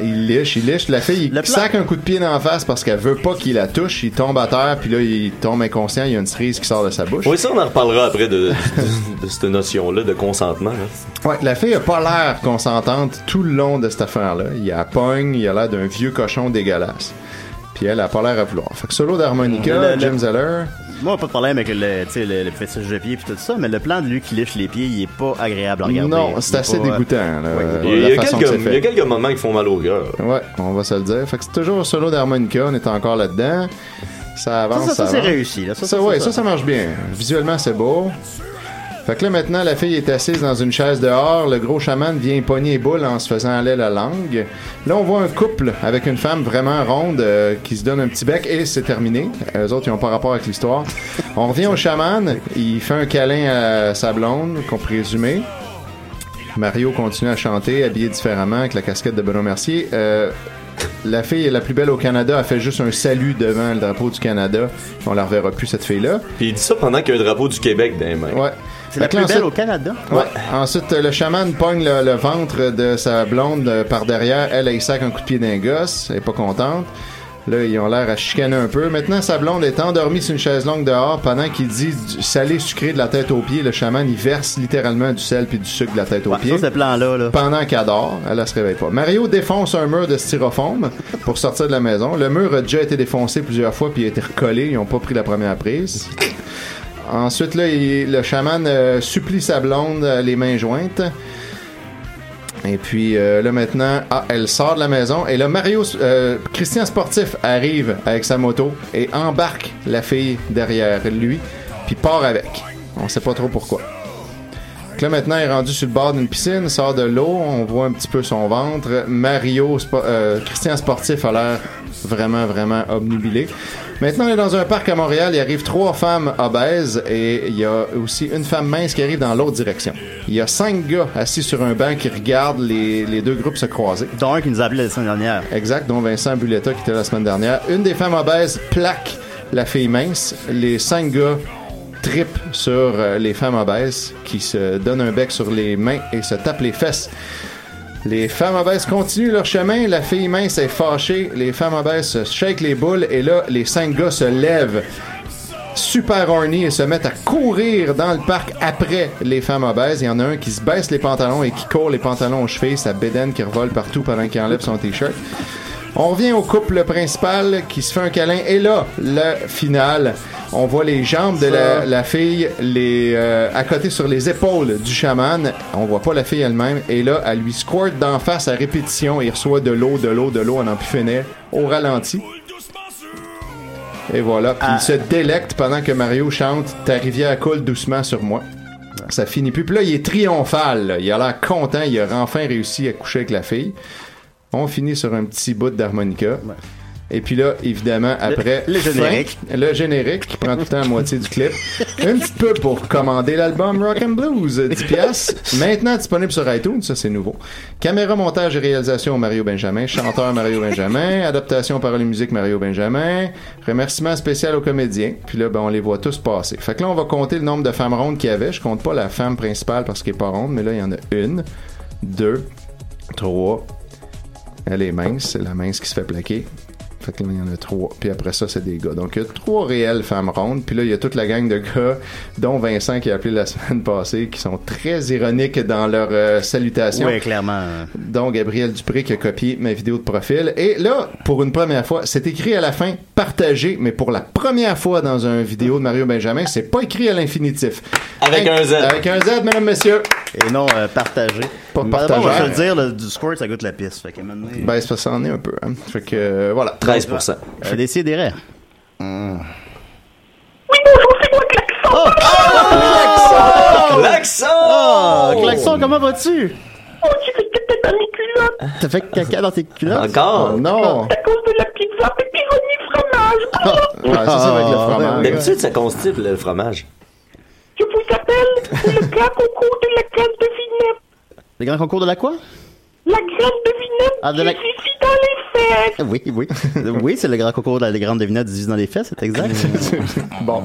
Speaker 8: Il liche, il liche. La fille,
Speaker 7: Le
Speaker 8: il sac un coup de pied d'en face parce qu'elle veut pas qu'il la touche. Il tombe à terre, puis là, il tombe inconscient. Il y a une cerise qui sort de sa bouche.
Speaker 9: Oui, ça, on en reparlera après de, de- de cette notion-là de consentement. hein.
Speaker 8: Ouais, la fille a pas l'air consentante tout le long de cette affaire-là. Il a pogne, il a l'air d'un vieux cochon dégueulasse. Puis elle a pas l'air à vouloir. Fait que solo
Speaker 7: Le-
Speaker 8: d'harmonica,
Speaker 7: le-
Speaker 8: Jim Zeller.
Speaker 7: Moi, pas de problème avec le, tu sais, le, le fessage de pied et tout ça, mais le plan de lui qui liche les pieds, il est pas agréable à regarder.
Speaker 8: Non, c'est
Speaker 7: Il est pas,
Speaker 8: assez
Speaker 7: euh,
Speaker 8: dégoûtant. là,
Speaker 7: ouais,
Speaker 9: Il y, a-
Speaker 8: la
Speaker 9: il y a
Speaker 8: façon que
Speaker 9: quelques,
Speaker 8: c'est
Speaker 9: il y a
Speaker 8: fait.
Speaker 9: quelques moments qui font mal au cœur.
Speaker 8: Ouais, on va se le dire. Fait que c'est toujours solo d'harmonica, on est encore là-dedans. Ça
Speaker 7: Ça,
Speaker 8: avance,
Speaker 7: ça, ça, c'est
Speaker 8: avance.
Speaker 7: réussi. Là. Ça,
Speaker 8: Ça, ouais, ça, ça marche bien. Visuellement, c'est beau. Fait que là, maintenant, la fille est assise dans une chaise dehors. Le gros chaman vient pogner boule en se faisant aller la langue. Là, on voit un couple avec une femme vraiment ronde euh, qui se donne un petit bec et c'est terminé. Eux autres, ils ont pas rapport avec l'histoire. On revient au chaman. Il fait un câlin à sa blonde, qu'on présumait. Mario continue à chanter, habillé différemment, avec la casquette de Benoît Mercier. Euh, la fille la plus belle au Canada a fait juste un salut devant le drapeau du Canada. On la reverra plus, cette fille-là.
Speaker 9: Puis il dit ça pendant qu'il y a un drapeau du Québec dans les mains.
Speaker 8: Ouais.
Speaker 7: C'est la
Speaker 8: Fait que là,
Speaker 7: plus belle au
Speaker 8: ensuite-
Speaker 7: Canada.
Speaker 8: Ouais. Ensuite, euh, le chaman pogne le, le ventre de sa blonde euh, par derrière. Elle, elle sac un coup de pied d'un gosse. Elle est pas contente. Là, ils ont l'air à chicaner un peu. Maintenant, sa blonde est endormie sur une chaise longue dehors pendant qu'il dit du salé sucré de la tête aux pieds. Le chaman, il verse littéralement du sel puis du sucre de la tête aux
Speaker 7: Ouais,
Speaker 8: pieds.
Speaker 7: ça, ce plan-là. Là.
Speaker 8: Pendant qu'elle dort, elle ne se réveille pas. Mario défonce un mur de styrofoam pour sortir de la maison. Le mur a déjà été défoncé plusieurs fois puis il a été recollé. Ils n'ont pas pris la première prise. Ensuite, là, il- le chaman euh, supplie sa blonde euh, les mains jointes. Et puis euh, là maintenant, ah, elle sort de la maison et là Mario, euh, Christian Sportif arrive avec sa moto et embarque la fille derrière lui puis part avec. On sait pas trop pourquoi. Donc là maintenant, il est rendu sur le bord d'une piscine, sort de l'eau, on voit un petit peu son ventre. Mario, Spo- euh, Christian Sportif a l'air vraiment vraiment obnubilé. Maintenant, on est dans un parc à Montréal. Il arrive trois femmes obèses et il y a aussi une femme mince qui arrive dans l'autre direction. Il y a cinq gars assis sur un banc qui regardent les, les deux groupes se croiser.
Speaker 7: Dont un qui nous a appelé la semaine dernière.
Speaker 8: Exact, dont Vincent Buletta qui était la semaine dernière. Une des femmes obèses plaque la fille mince. Les cinq gars tripent sur euh, les femmes obèses qui se donnent un bec sur les mains et se tapent les fesses. Les femmes obèses continuent leur chemin, la fille mince est fâchée, les femmes obèses se shake les boules et là, les cinq gars se lèvent super horny et se mettent à courir dans le parc après les femmes obèses. Il y en a un qui se baisse les pantalons et qui court les pantalons aux chevilles, sa bédaine qui revole partout pendant qu'il enlève son t-shirt. On revient au couple principal qui se fait un câlin et là, le final, on voit les jambes de la, la fille les euh, à côté sur les épaules du chaman. On voit pas la fille elle-même et là, elle lui squirt d'en face à répétition et il reçoit de l'eau, de l'eau, de l'eau, en en plus finir au ralenti. Et voilà. Puis il se délecte pendant que Mario chante Ta rivière coule doucement sur moi. Ça finit plus. Puis là, il est triomphal. là. Il a l'air content. Il a enfin réussi à coucher avec la fille. On finit sur un petit bout d'harmonica. Et puis là, évidemment, après.
Speaker 7: le
Speaker 8: fin,
Speaker 7: générique.
Speaker 8: le générique qui prend tout le temps la moitié du
Speaker 7: [LAUGHS]
Speaker 8: clip. Un petit peu pour commander l'album Rock and Blues, 10 piastres. Maintenant disponible sur iTunes, ça c'est nouveau. Caméra, montage et réalisation Mario Benjamin, chanteur Mario Benjamin, adaptation parole et musique Mario Benjamin, remerciement spécial aux comédiens. Puis là, ben, on les voit tous passer. Fait que là, on va compter le nombre de femmes rondes qu'il y avait. Je compte pas la femme principale parce qu'elle est pas ronde, mais là, il y en a une, deux, trois. Elle est mince, c'est la mince qui se fait plaquer. Fait que là, il y en a trois. Puis après ça, c'est des gars. Donc, il y a trois réelles femmes rondes. Puis là, il y a toute la gang de gars, dont Vincent qui a appelé la [LAUGHS] semaine passée, qui sont très ironiques dans leurs euh, salutations.
Speaker 7: Oui, clairement. euh,
Speaker 8: Donc, Gabriel Dupré qui a copié ma vidéo de profil. Et là, pour une première fois, c'est écrit à la fin partagé, mais pour la première fois dans une vidéo de Mario Benjamin, c'est pas écrit à l'infinitif.
Speaker 9: Avec
Speaker 8: Hein?
Speaker 9: un Z.
Speaker 8: Avec un Z, mesdames, messieurs.
Speaker 7: Et non euh, partagé.
Speaker 8: Pas
Speaker 7: Mais
Speaker 8: partagé.
Speaker 7: d'abord, Je veux le dire, le, du squirt, ça goûte la pisse. Fait que maintenant,
Speaker 8: Ben, ça s'en est un peu. hein. Fait que, euh, voilà.
Speaker 9: 13%.
Speaker 7: je fais euh, des sidérés.
Speaker 9: L'accent!
Speaker 7: Oh, Klaxon, comment vas-tu? Oh, tu fais caca dans mes culottes. T'as fait caca dans tes culottes?
Speaker 9: Encore?
Speaker 8: Oh, non! Ouais, ça, c'est avec le
Speaker 7: Ah,
Speaker 8: fromage.
Speaker 9: D'habitude, ça constipe le fromage.
Speaker 1: [LAUGHS]
Speaker 8: Ah.
Speaker 7: Le grand concours de la quoi? La grande devinette ah, de la... dans les fesses! Oui, oui. [LAUGHS] oui, c'est le grand concours de la grande devinette du dans les fesses, c'est
Speaker 8: [LAUGHS]
Speaker 7: exact.
Speaker 8: Bon.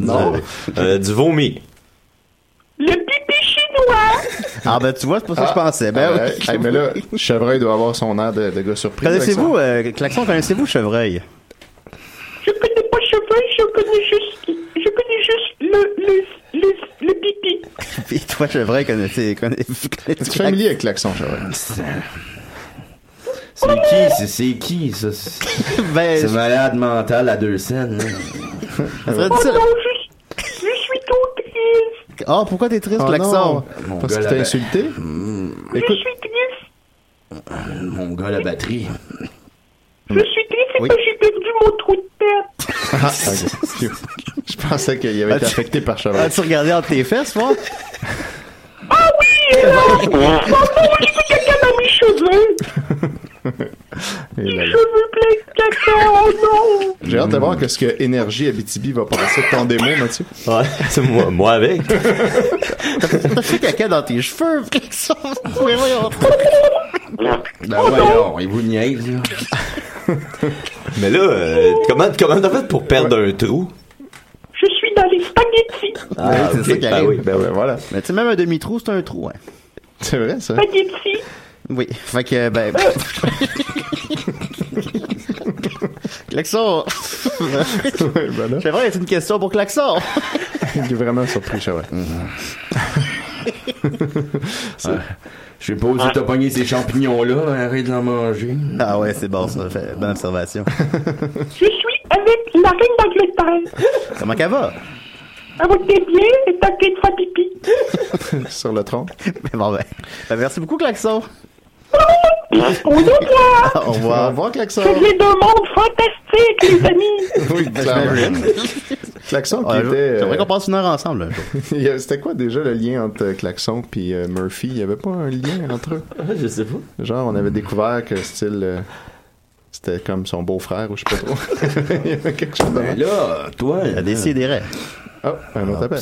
Speaker 7: non.
Speaker 9: Euh, du vomi.
Speaker 7: Ah ben tu vois, c'est pour ça que je pensais. Ben,
Speaker 8: Ah,
Speaker 7: oui.
Speaker 8: ouais. Hey, mais là, Chevreuil doit avoir son air de, de gars surpris. avec ça.
Speaker 7: Connaissez-vous, euh, Klaxon, connaissez-vous Chevreuil? [LAUGHS]
Speaker 10: Je connais pas cheval, je connais juste, je connais juste le, le, le, le pipi.
Speaker 7: Et toi, Chevreuil, connaissez... connaissez
Speaker 1: euh,
Speaker 8: Es-tu familier avec l'accent, Chevreuil?
Speaker 1: Ah, C'est qui, c'est- c'est qui, ça? C'est
Speaker 7: [LAUGHS] Ben,
Speaker 1: c'est
Speaker 7: je-
Speaker 1: malade mental à deux scènes. là.
Speaker 7: ça serait
Speaker 10: Oh
Speaker 7: difficile.
Speaker 10: non, je, je suis euh, trop triste.
Speaker 7: Ah, pourquoi t'es triste,
Speaker 8: Oh
Speaker 7: Klaxon?
Speaker 8: non,
Speaker 1: Mon
Speaker 8: Parce
Speaker 1: gars,
Speaker 8: que t'as
Speaker 1: là-bas. Hmm.
Speaker 8: insulté?
Speaker 10: Je
Speaker 1: [LAUGHS]
Speaker 8: Écoute,
Speaker 10: suis triste.
Speaker 1: Mon gars, la batterie.
Speaker 10: Je suis triste c'est
Speaker 7: Oui.
Speaker 10: que j'ai perdu mon trou de tête.
Speaker 8: ah, ok. Excuse. je pensais qu'il
Speaker 1: Ah,
Speaker 8: avait été affecté par Chevreuil.
Speaker 7: As-tu regardé Ah, entre tes fesses, moi?
Speaker 10: Caca dans mes cheveux.
Speaker 1: Ah,
Speaker 8: Et Eh là, là.
Speaker 10: Cheveux pleins de caca. Oh non.
Speaker 8: J'ai hâte de voir que ce que Énergie Abitibi va penser de ton démo, Mathieu.
Speaker 9: Ouais, [LAUGHS] c'est moi, moi avec.
Speaker 7: T'as fait caca dans tes cheveux, Klaxon? Mais voyons.
Speaker 1: Ben voyons, il vous niaise, là.
Speaker 9: Mais là, euh, comment comment t'as fait pour perdre un trou?
Speaker 10: Je suis dans les spaghettis.
Speaker 9: Ah,
Speaker 7: c'est
Speaker 9: ok.
Speaker 7: ça qui
Speaker 9: Ben
Speaker 7: arrive.
Speaker 9: oui, ben oui.
Speaker 8: Ben voilà.
Speaker 7: Mais tu sais, même un demi-trou, c'est un trou, hein.
Speaker 8: C'est vrai, ça?
Speaker 10: Spaghettis.
Speaker 7: Oui, fait que, ben... Klaxon!
Speaker 8: [LAUGHS] Ouais, ben là,
Speaker 7: C'est vrai, c'est une question pour Klaxon!
Speaker 8: il est vraiment surpris, Chevreuil.
Speaker 1: Je sais pas où t'as pogné ces champignons-là, arrête d'en manger.
Speaker 7: Ah ouais, c'est bon, ça fait bonne observation.
Speaker 10: Je suis avec la reine d'Angleterre.
Speaker 7: Comment qu'elle va?
Speaker 10: Elle va bien bien et t'inquiète pas pipi.
Speaker 8: Sur le tronc.
Speaker 7: Mais [LAUGHS] bon, ben, ben, merci beaucoup, Klaxon!
Speaker 10: On est là.
Speaker 7: [LAUGHS] Au
Speaker 8: Au
Speaker 7: revoir!
Speaker 1: [LAUGHS]
Speaker 8: revoir, Klaxon!
Speaker 10: Ça vient d'un monde fantastique, les amis.
Speaker 8: Oui, clairement.
Speaker 7: J'imagine.
Speaker 8: Klaxon qui
Speaker 7: Ah, je-
Speaker 8: était. euh,
Speaker 7: J'aimerais qu'on passe une heure ensemble un jour.
Speaker 8: [LAUGHS] il y a- C'était quoi déjà le lien entre euh, Klaxon puis euh, Murphy Il y avait pas un lien entre eux
Speaker 9: Je sais pas.
Speaker 8: Genre, on avait découvert que style. euh, c'était comme son beau-frère ou je sais pas trop. [LAUGHS] il y avait quelque chose de.
Speaker 4: Ben là, toi.
Speaker 7: Il y a des sidérés.
Speaker 8: Ah, un autre appel.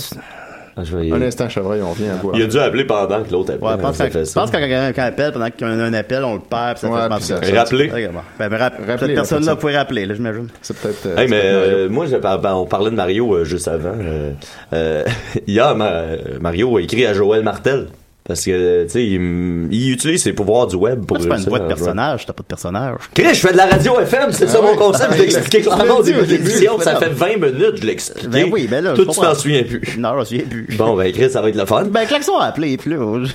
Speaker 9: Ah, je vais y-
Speaker 8: Un instant, Chevreuil, on revient à boire.
Speaker 9: Il a dû appeler pendant que l'autre appelait. hein,
Speaker 7: Ouais, je pense,
Speaker 9: Ça
Speaker 7: que-
Speaker 9: fait
Speaker 7: je
Speaker 9: ça.
Speaker 7: pense que quand quelqu'un quelqu'un appelle, pendant qu'il y a un, un appel, on le perd, puis ça
Speaker 8: Ouais,
Speaker 7: fait
Speaker 8: puis ça-
Speaker 7: mal.
Speaker 9: Rappeler.
Speaker 7: Ok, bon. Ben, rap-
Speaker 8: Rappeler,
Speaker 7: cette
Speaker 8: la
Speaker 7: personne-là
Speaker 8: personne.
Speaker 7: pouvait rappeler, là, j'imagine.
Speaker 8: C'est peut-être. euh,
Speaker 9: Hey, mais
Speaker 8: c'est peut-être
Speaker 9: euh, moi, je- ben, on parlait de Mario euh, juste avant. euh, euh, [LAUGHS] hier, Ma- euh, Mario a écrit à Joël Martel. Parce que, tu sais, il, m- il utilise ses pouvoirs du web pour.
Speaker 7: Pourquoi c'est pas une
Speaker 9: réussir
Speaker 7: voix de
Speaker 9: à jouer.
Speaker 7: personnage, t'as pas de personnage.
Speaker 9: Chris, je fais de la radio FM, c'est ça
Speaker 8: ouais.
Speaker 9: mon concept. Je l'ai
Speaker 8: Ah,
Speaker 9: expliqué
Speaker 8: je l'ai
Speaker 9: clairement au
Speaker 8: dit
Speaker 9: début
Speaker 8: au
Speaker 9: de l'émission.
Speaker 8: début,
Speaker 9: Ça
Speaker 8: mais
Speaker 9: fait
Speaker 8: non.
Speaker 9: 20 minutes, je l'ai expliqué.
Speaker 7: Ben oui, ben là, je
Speaker 9: Tout, tu
Speaker 7: comprends.
Speaker 9: t'en souviens
Speaker 7: [LAUGHS]
Speaker 9: plus.
Speaker 7: Non, je me souviens plus.
Speaker 9: Bon, ben, Chris, ça va être le fun.
Speaker 7: Ben, Klaxon a appelé, puis là, [LAUGHS]
Speaker 9: [LAUGHS]
Speaker 7: je,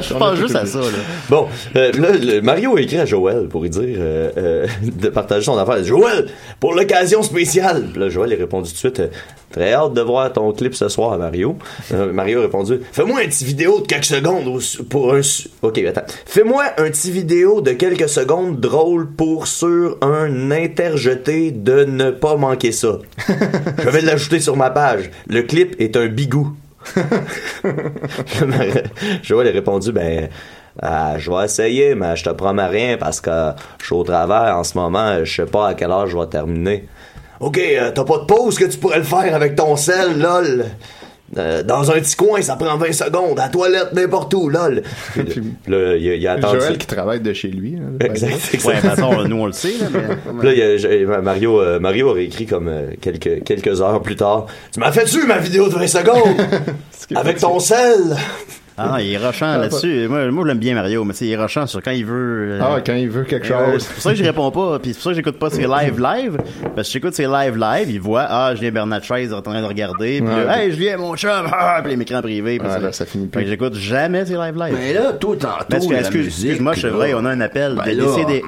Speaker 7: je pense juste à ça, là.
Speaker 9: Bon, euh, là, le- Mario a écrit à Joël pour lui dire euh, euh, de partager son affaire. Joël, pour l'occasion spéciale. Puis Là, Joël a répondu tout de suite. euh, Très hâte de voir ton clip ce soir, Mario. Euh, Mario a répondu. Fais-moi un petit vidéo de quelques secondes au su- pour un. su- Ok, attends. Fais-moi un petit vidéo de quelques secondes drôle pour sur un interjeté de ne pas manquer ça. Je vais l'ajouter sur ma page. Le clip est un bigou. Joël a répondu ben ah, je vais essayer mais je te promets rien parce que je suis au travers en ce moment je sais pas à quelle heure je vais terminer ok euh, t'as pas de pause que tu pourrais le faire avec ton sel lol Euh, dans un petit coin, ça prend 20 secondes. À la toilette, n'importe où, lol. Puis là, il a, il a attendu. [LAUGHS]
Speaker 8: Joël qui travaille de chez lui. hein,
Speaker 9: Exact, exact.
Speaker 7: Ouais, de toute [LAUGHS] façon, nous, on le sait, là, mais...
Speaker 9: Puis là, il y a- j'ai- Mario, euh, Mario aurait écrit comme euh, quelques, quelques heures plus tard Tu m'as fait tu ma vidéo de 20 secondes Avec ton sel
Speaker 7: Ah non, il est rochant là-dessus. Moi, moi je l'aime bien Mario, mais tu sais, il est rochant sur quand il veut. euh,
Speaker 8: Ah, quand il veut quelque
Speaker 7: euh,
Speaker 8: chose.
Speaker 7: c'est pour ça que je réponds pas, puis c'est pour ça que j'écoute pas
Speaker 8: [LAUGHS]
Speaker 7: ses live live, parce que j'écoute ses live live, il voit ah Julien Bernard Chaise est en train de regarder, puis
Speaker 8: Ouais.
Speaker 7: là, hey Julien mon chum, ah, puis les écrans privés, puis
Speaker 8: Ouais, là, ça finit plus.
Speaker 7: Fait que j'écoute jamais ses live live.
Speaker 4: Mais là, toi, tantôt.
Speaker 7: Parce que,
Speaker 4: la
Speaker 7: excuse-
Speaker 4: musique,
Speaker 7: excuse-moi, c'est vrai,
Speaker 4: là.
Speaker 7: on a un appel.
Speaker 4: Ben
Speaker 7: des
Speaker 4: là. [LAUGHS]
Speaker 7: décédés.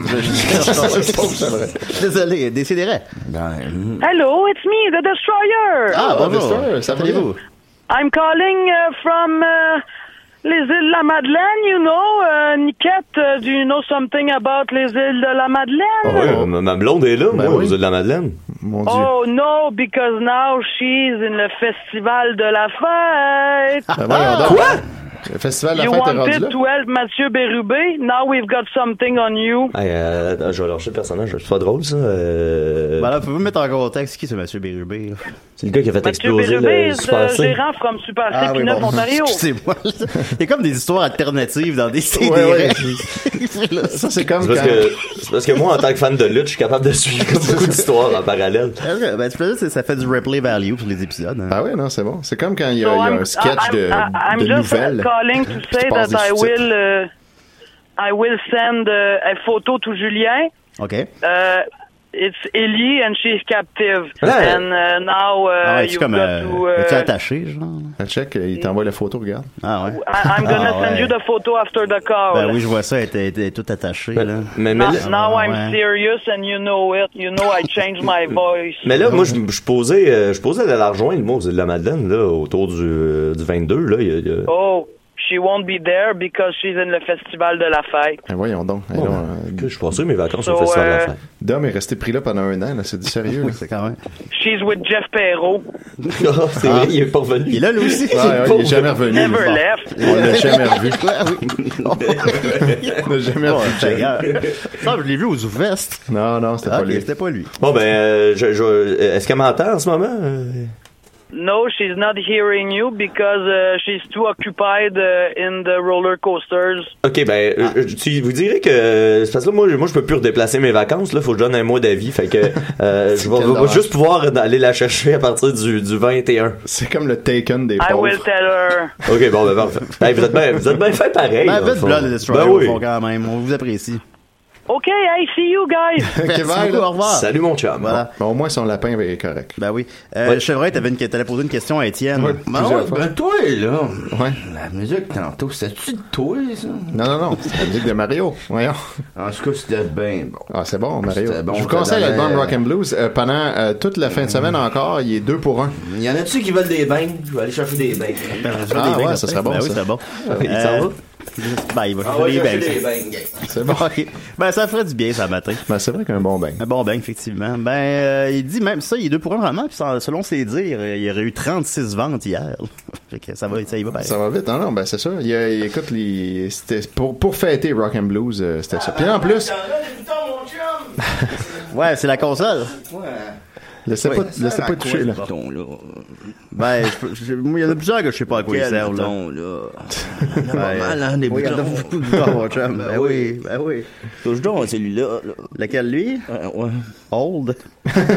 Speaker 7: Désolé, décédéré.
Speaker 4: Ben, hum.
Speaker 1: Hello, it's me, the Destroyer.
Speaker 7: Ah,
Speaker 4: ben,
Speaker 8: Ah,
Speaker 7: bonjour.
Speaker 8: Mister, ça va bien?
Speaker 7: vous
Speaker 1: I'm calling uh, from uh, les îles de la Madeleine, you know. Uh, Niquette, uh, do you know something about les îles de la Madeleine?
Speaker 9: Ah ouais, ma- ma blonde est là, moi,
Speaker 8: oui.
Speaker 9: aux îles de la Madeleine.
Speaker 8: Oh, Mon Dieu.
Speaker 1: Oh no, because now she's in le festival de la
Speaker 8: [LAUGHS]
Speaker 1: fête.
Speaker 8: Ben voyons donc. Le festival de la
Speaker 1: Ah! you
Speaker 8: fête est rendu
Speaker 1: wanted
Speaker 8: là.
Speaker 1: to help Mathieu Bérubé. Now we've got something on you.
Speaker 9: Hey, euh, attends, je vais lâcher le personnage, c'est pas drôle ça. Euh,
Speaker 7: Ben là, pouvez-vous mettre en contexte qui c'est Monsieur Bérubé? là?
Speaker 9: c'est le gars qui a fait
Speaker 1: Mathieu
Speaker 9: exploser
Speaker 1: Bérubé euh,
Speaker 9: le
Speaker 1: is the
Speaker 9: Super C.
Speaker 1: gérant from Super C
Speaker 7: Ah oui,
Speaker 1: Pinot,
Speaker 7: bon.
Speaker 1: Ontario.
Speaker 7: Excusez-moi. là. Il y a comme des histoires alternatives dans des CD. [LAUGHS]
Speaker 8: ouais.
Speaker 7: ça,
Speaker 8: Ça, c'est comme
Speaker 9: C'est
Speaker 8: quand.
Speaker 9: parce, que, c'est parce que moi, en tant que fan de lutte, je suis capable de suivre beaucoup d'histoires en parallèle.
Speaker 7: ben, tu peux dire, c'est- ça fait du replay value pour les épisodes. hein.
Speaker 8: Ah ouais, non, c'est bon. C'est comme quand [LAUGHS] il y a,
Speaker 1: So
Speaker 8: il y a
Speaker 1: I'm-
Speaker 8: un sketch
Speaker 1: I'm-
Speaker 8: de,
Speaker 1: I'm- I'm
Speaker 8: de
Speaker 1: just uh,
Speaker 8: nouvelles.
Speaker 1: calling to
Speaker 8: [LAUGHS] qui
Speaker 1: say
Speaker 8: passent
Speaker 1: that
Speaker 8: des
Speaker 1: I
Speaker 8: sous-titres.
Speaker 1: will, uh, I will send uh, a photo to Julien.
Speaker 7: OK.
Speaker 1: Uh, it's Ellie and she's captive.
Speaker 9: Ouais.
Speaker 1: And uh, now uh,
Speaker 7: Ah, es-tu
Speaker 1: you've
Speaker 7: comme.
Speaker 1: got to.
Speaker 7: Euh,
Speaker 1: uh,
Speaker 7: Es-tu attaché, genre?
Speaker 8: Ah, Check, il t'envoie la photo, regarde.
Speaker 7: Ah ouais.
Speaker 1: I- I'm gonna
Speaker 7: Ah,
Speaker 1: send
Speaker 7: ouais.
Speaker 1: you the photo after the call.
Speaker 7: Ben oui, je vois ça, elle était- était toute attachée, là.
Speaker 9: Ben, Mais, mais,
Speaker 1: Now,
Speaker 9: là,
Speaker 1: now I'm
Speaker 7: ouais.
Speaker 1: serious and you know it. You know I changed
Speaker 7: [LAUGHS]
Speaker 1: my voice.
Speaker 9: mais là, moi, je, je posais, euh, je posais d'aller rejoindre, moi, aux îles de la Madeleine, là, autour du, euh, du 22, là. il y a- il y a-
Speaker 1: Oh, she won't be there because she's in le festival de la fête.
Speaker 8: Ben voyons donc. Eh
Speaker 9: Bon,
Speaker 8: non,
Speaker 9: ben,
Speaker 8: euh,
Speaker 9: que je passais mes vacances
Speaker 1: So,
Speaker 9: au Festival de
Speaker 1: euh,
Speaker 9: la Fête.
Speaker 8: Dom est resté pris là pendant un an, là, c'est du
Speaker 7: [LAUGHS]
Speaker 8: sérieux. là.
Speaker 7: Ah, C'est quand même.
Speaker 1: She's with Jeff Perrault.
Speaker 9: Ah, c'est vrai, il est pas revenu.
Speaker 7: Il est là, lui aussi.
Speaker 8: Ah, Ouais, ouais, il est jamais revenu.
Speaker 1: Never
Speaker 8: lui.
Speaker 1: left.
Speaker 8: On l'a jamais revu.
Speaker 7: oui.
Speaker 8: On l'a jamais
Speaker 7: Oh,
Speaker 8: revu.
Speaker 7: Seigneur. Ça, je l'ai vu aux Zoufest.
Speaker 8: Non, non, c'était
Speaker 7: Ah,
Speaker 8: pas
Speaker 7: ok,
Speaker 8: lui.
Speaker 7: c'était pas lui.
Speaker 9: Bon, ben, euh, je, je- euh, est-ce qu'elle m'entend en ce moment? euh?
Speaker 1: No, she's not hearing you because uh, she's too occupied uh, in the roller coasters.
Speaker 9: Ok, ben, euh, euh, tu vous direz que euh, c'est parce que là, moi, je- moi, je peux plus redéplacer mes vacances. Là, faut que je donne un mois d'avis. Fait que euh, je vais,
Speaker 8: Quel
Speaker 9: vais
Speaker 8: dommage.
Speaker 9: juste pouvoir aller la chercher à partir du, du 21.
Speaker 8: C'est comme le Taken des
Speaker 1: I will
Speaker 8: pauvres.
Speaker 1: tell
Speaker 7: [LAUGHS]
Speaker 1: her.
Speaker 9: Ok, bon, ben parfait. Hey, vous êtes bien, vous êtes bien fait pareil.
Speaker 7: Ben,
Speaker 9: dans le
Speaker 7: vite,
Speaker 9: fond.
Speaker 7: Blood et Destroyer,
Speaker 9: Ben
Speaker 7: au
Speaker 9: oui.
Speaker 7: fond, quand même. On vous apprécie.
Speaker 1: Okay, I see you guys.
Speaker 7: Merci
Speaker 8: bye,
Speaker 7: beaucoup,
Speaker 8: là.
Speaker 7: au revoir.
Speaker 9: Salut mon chum.
Speaker 7: Voilà.
Speaker 8: Ah, Bon, au moins, son lapin est correct.
Speaker 7: Ben oui. Euh,
Speaker 9: Ouais.
Speaker 7: Chevreuil, t'avais une... t'allais poser une question à Étienne.
Speaker 8: Ouais.
Speaker 7: Ben
Speaker 8: Plusieurs
Speaker 7: ouais,
Speaker 8: fois.
Speaker 4: Ben, toi, là.
Speaker 8: Ouais.
Speaker 4: La musique, tantôt, c'était-tu de toi, ça?
Speaker 8: Non, non, non, c'est la musique de Mario. Voyons.
Speaker 4: En tout cas, c'était bien bon.
Speaker 8: Ah, c'est bon, Mario.
Speaker 4: C'était bon,
Speaker 8: je vous
Speaker 4: c'était
Speaker 8: conseille
Speaker 4: dans
Speaker 8: l'album
Speaker 4: la-
Speaker 8: Rock and Blues. Euh, pendant euh, toute la fin de semaine encore, il est deux pour un.
Speaker 4: Il y en a-tu qui veulent des bains? Je vais aller chercher des bains.
Speaker 7: ben,
Speaker 8: Ah, ouais,
Speaker 7: ben,
Speaker 8: ça serait bon,
Speaker 7: Ben oui,
Speaker 8: ça.
Speaker 7: c'est bon.
Speaker 9: Il s'en
Speaker 7: Euh,
Speaker 9: va?
Speaker 7: Ben, il va
Speaker 9: On
Speaker 7: chercher
Speaker 9: va
Speaker 7: les
Speaker 9: chercher
Speaker 7: beignes.
Speaker 9: des
Speaker 7: [LAUGHS]
Speaker 9: beignes.
Speaker 8: C'est bon.
Speaker 7: Ben, ça ferait du bien, ça, matin.
Speaker 8: Ben, c'est vrai qu'un bon bain.
Speaker 7: Un bon bain, effectivement. Ben, euh, il dit même ça, il est deux pour un rendement, puis sans- selon ses dires, euh, il aurait eu 36 ventes hier. [LAUGHS] fait que ça va, ça y va, ben.
Speaker 8: Ça va vite, non, non, ben c'est ça. Il, y a- il- écoute, les- c'était pour, pour fêter Rock and Blues, euh, c'était ça. Puis en plus,
Speaker 7: Ouais, c'est la console.
Speaker 8: laissez
Speaker 7: Oui.
Speaker 8: pas, laissez pas toucher, là.
Speaker 1: Ton là.
Speaker 7: Ben, je peux- je- moi, il y en a plusieurs que je sais pas à quoi ils
Speaker 1: Quel
Speaker 7: servent, là.
Speaker 1: ton
Speaker 7: [LAUGHS]
Speaker 1: là.
Speaker 7: Ben,
Speaker 1: mal, hein, des
Speaker 7: oui, il y en a
Speaker 1: boutons.
Speaker 7: beaucoup de boutons, mon chum. Ben oui, ben oui.
Speaker 1: Touche donc celui-là. là.
Speaker 7: Lequel, lui?
Speaker 1: Ouais, ouais.
Speaker 7: Old.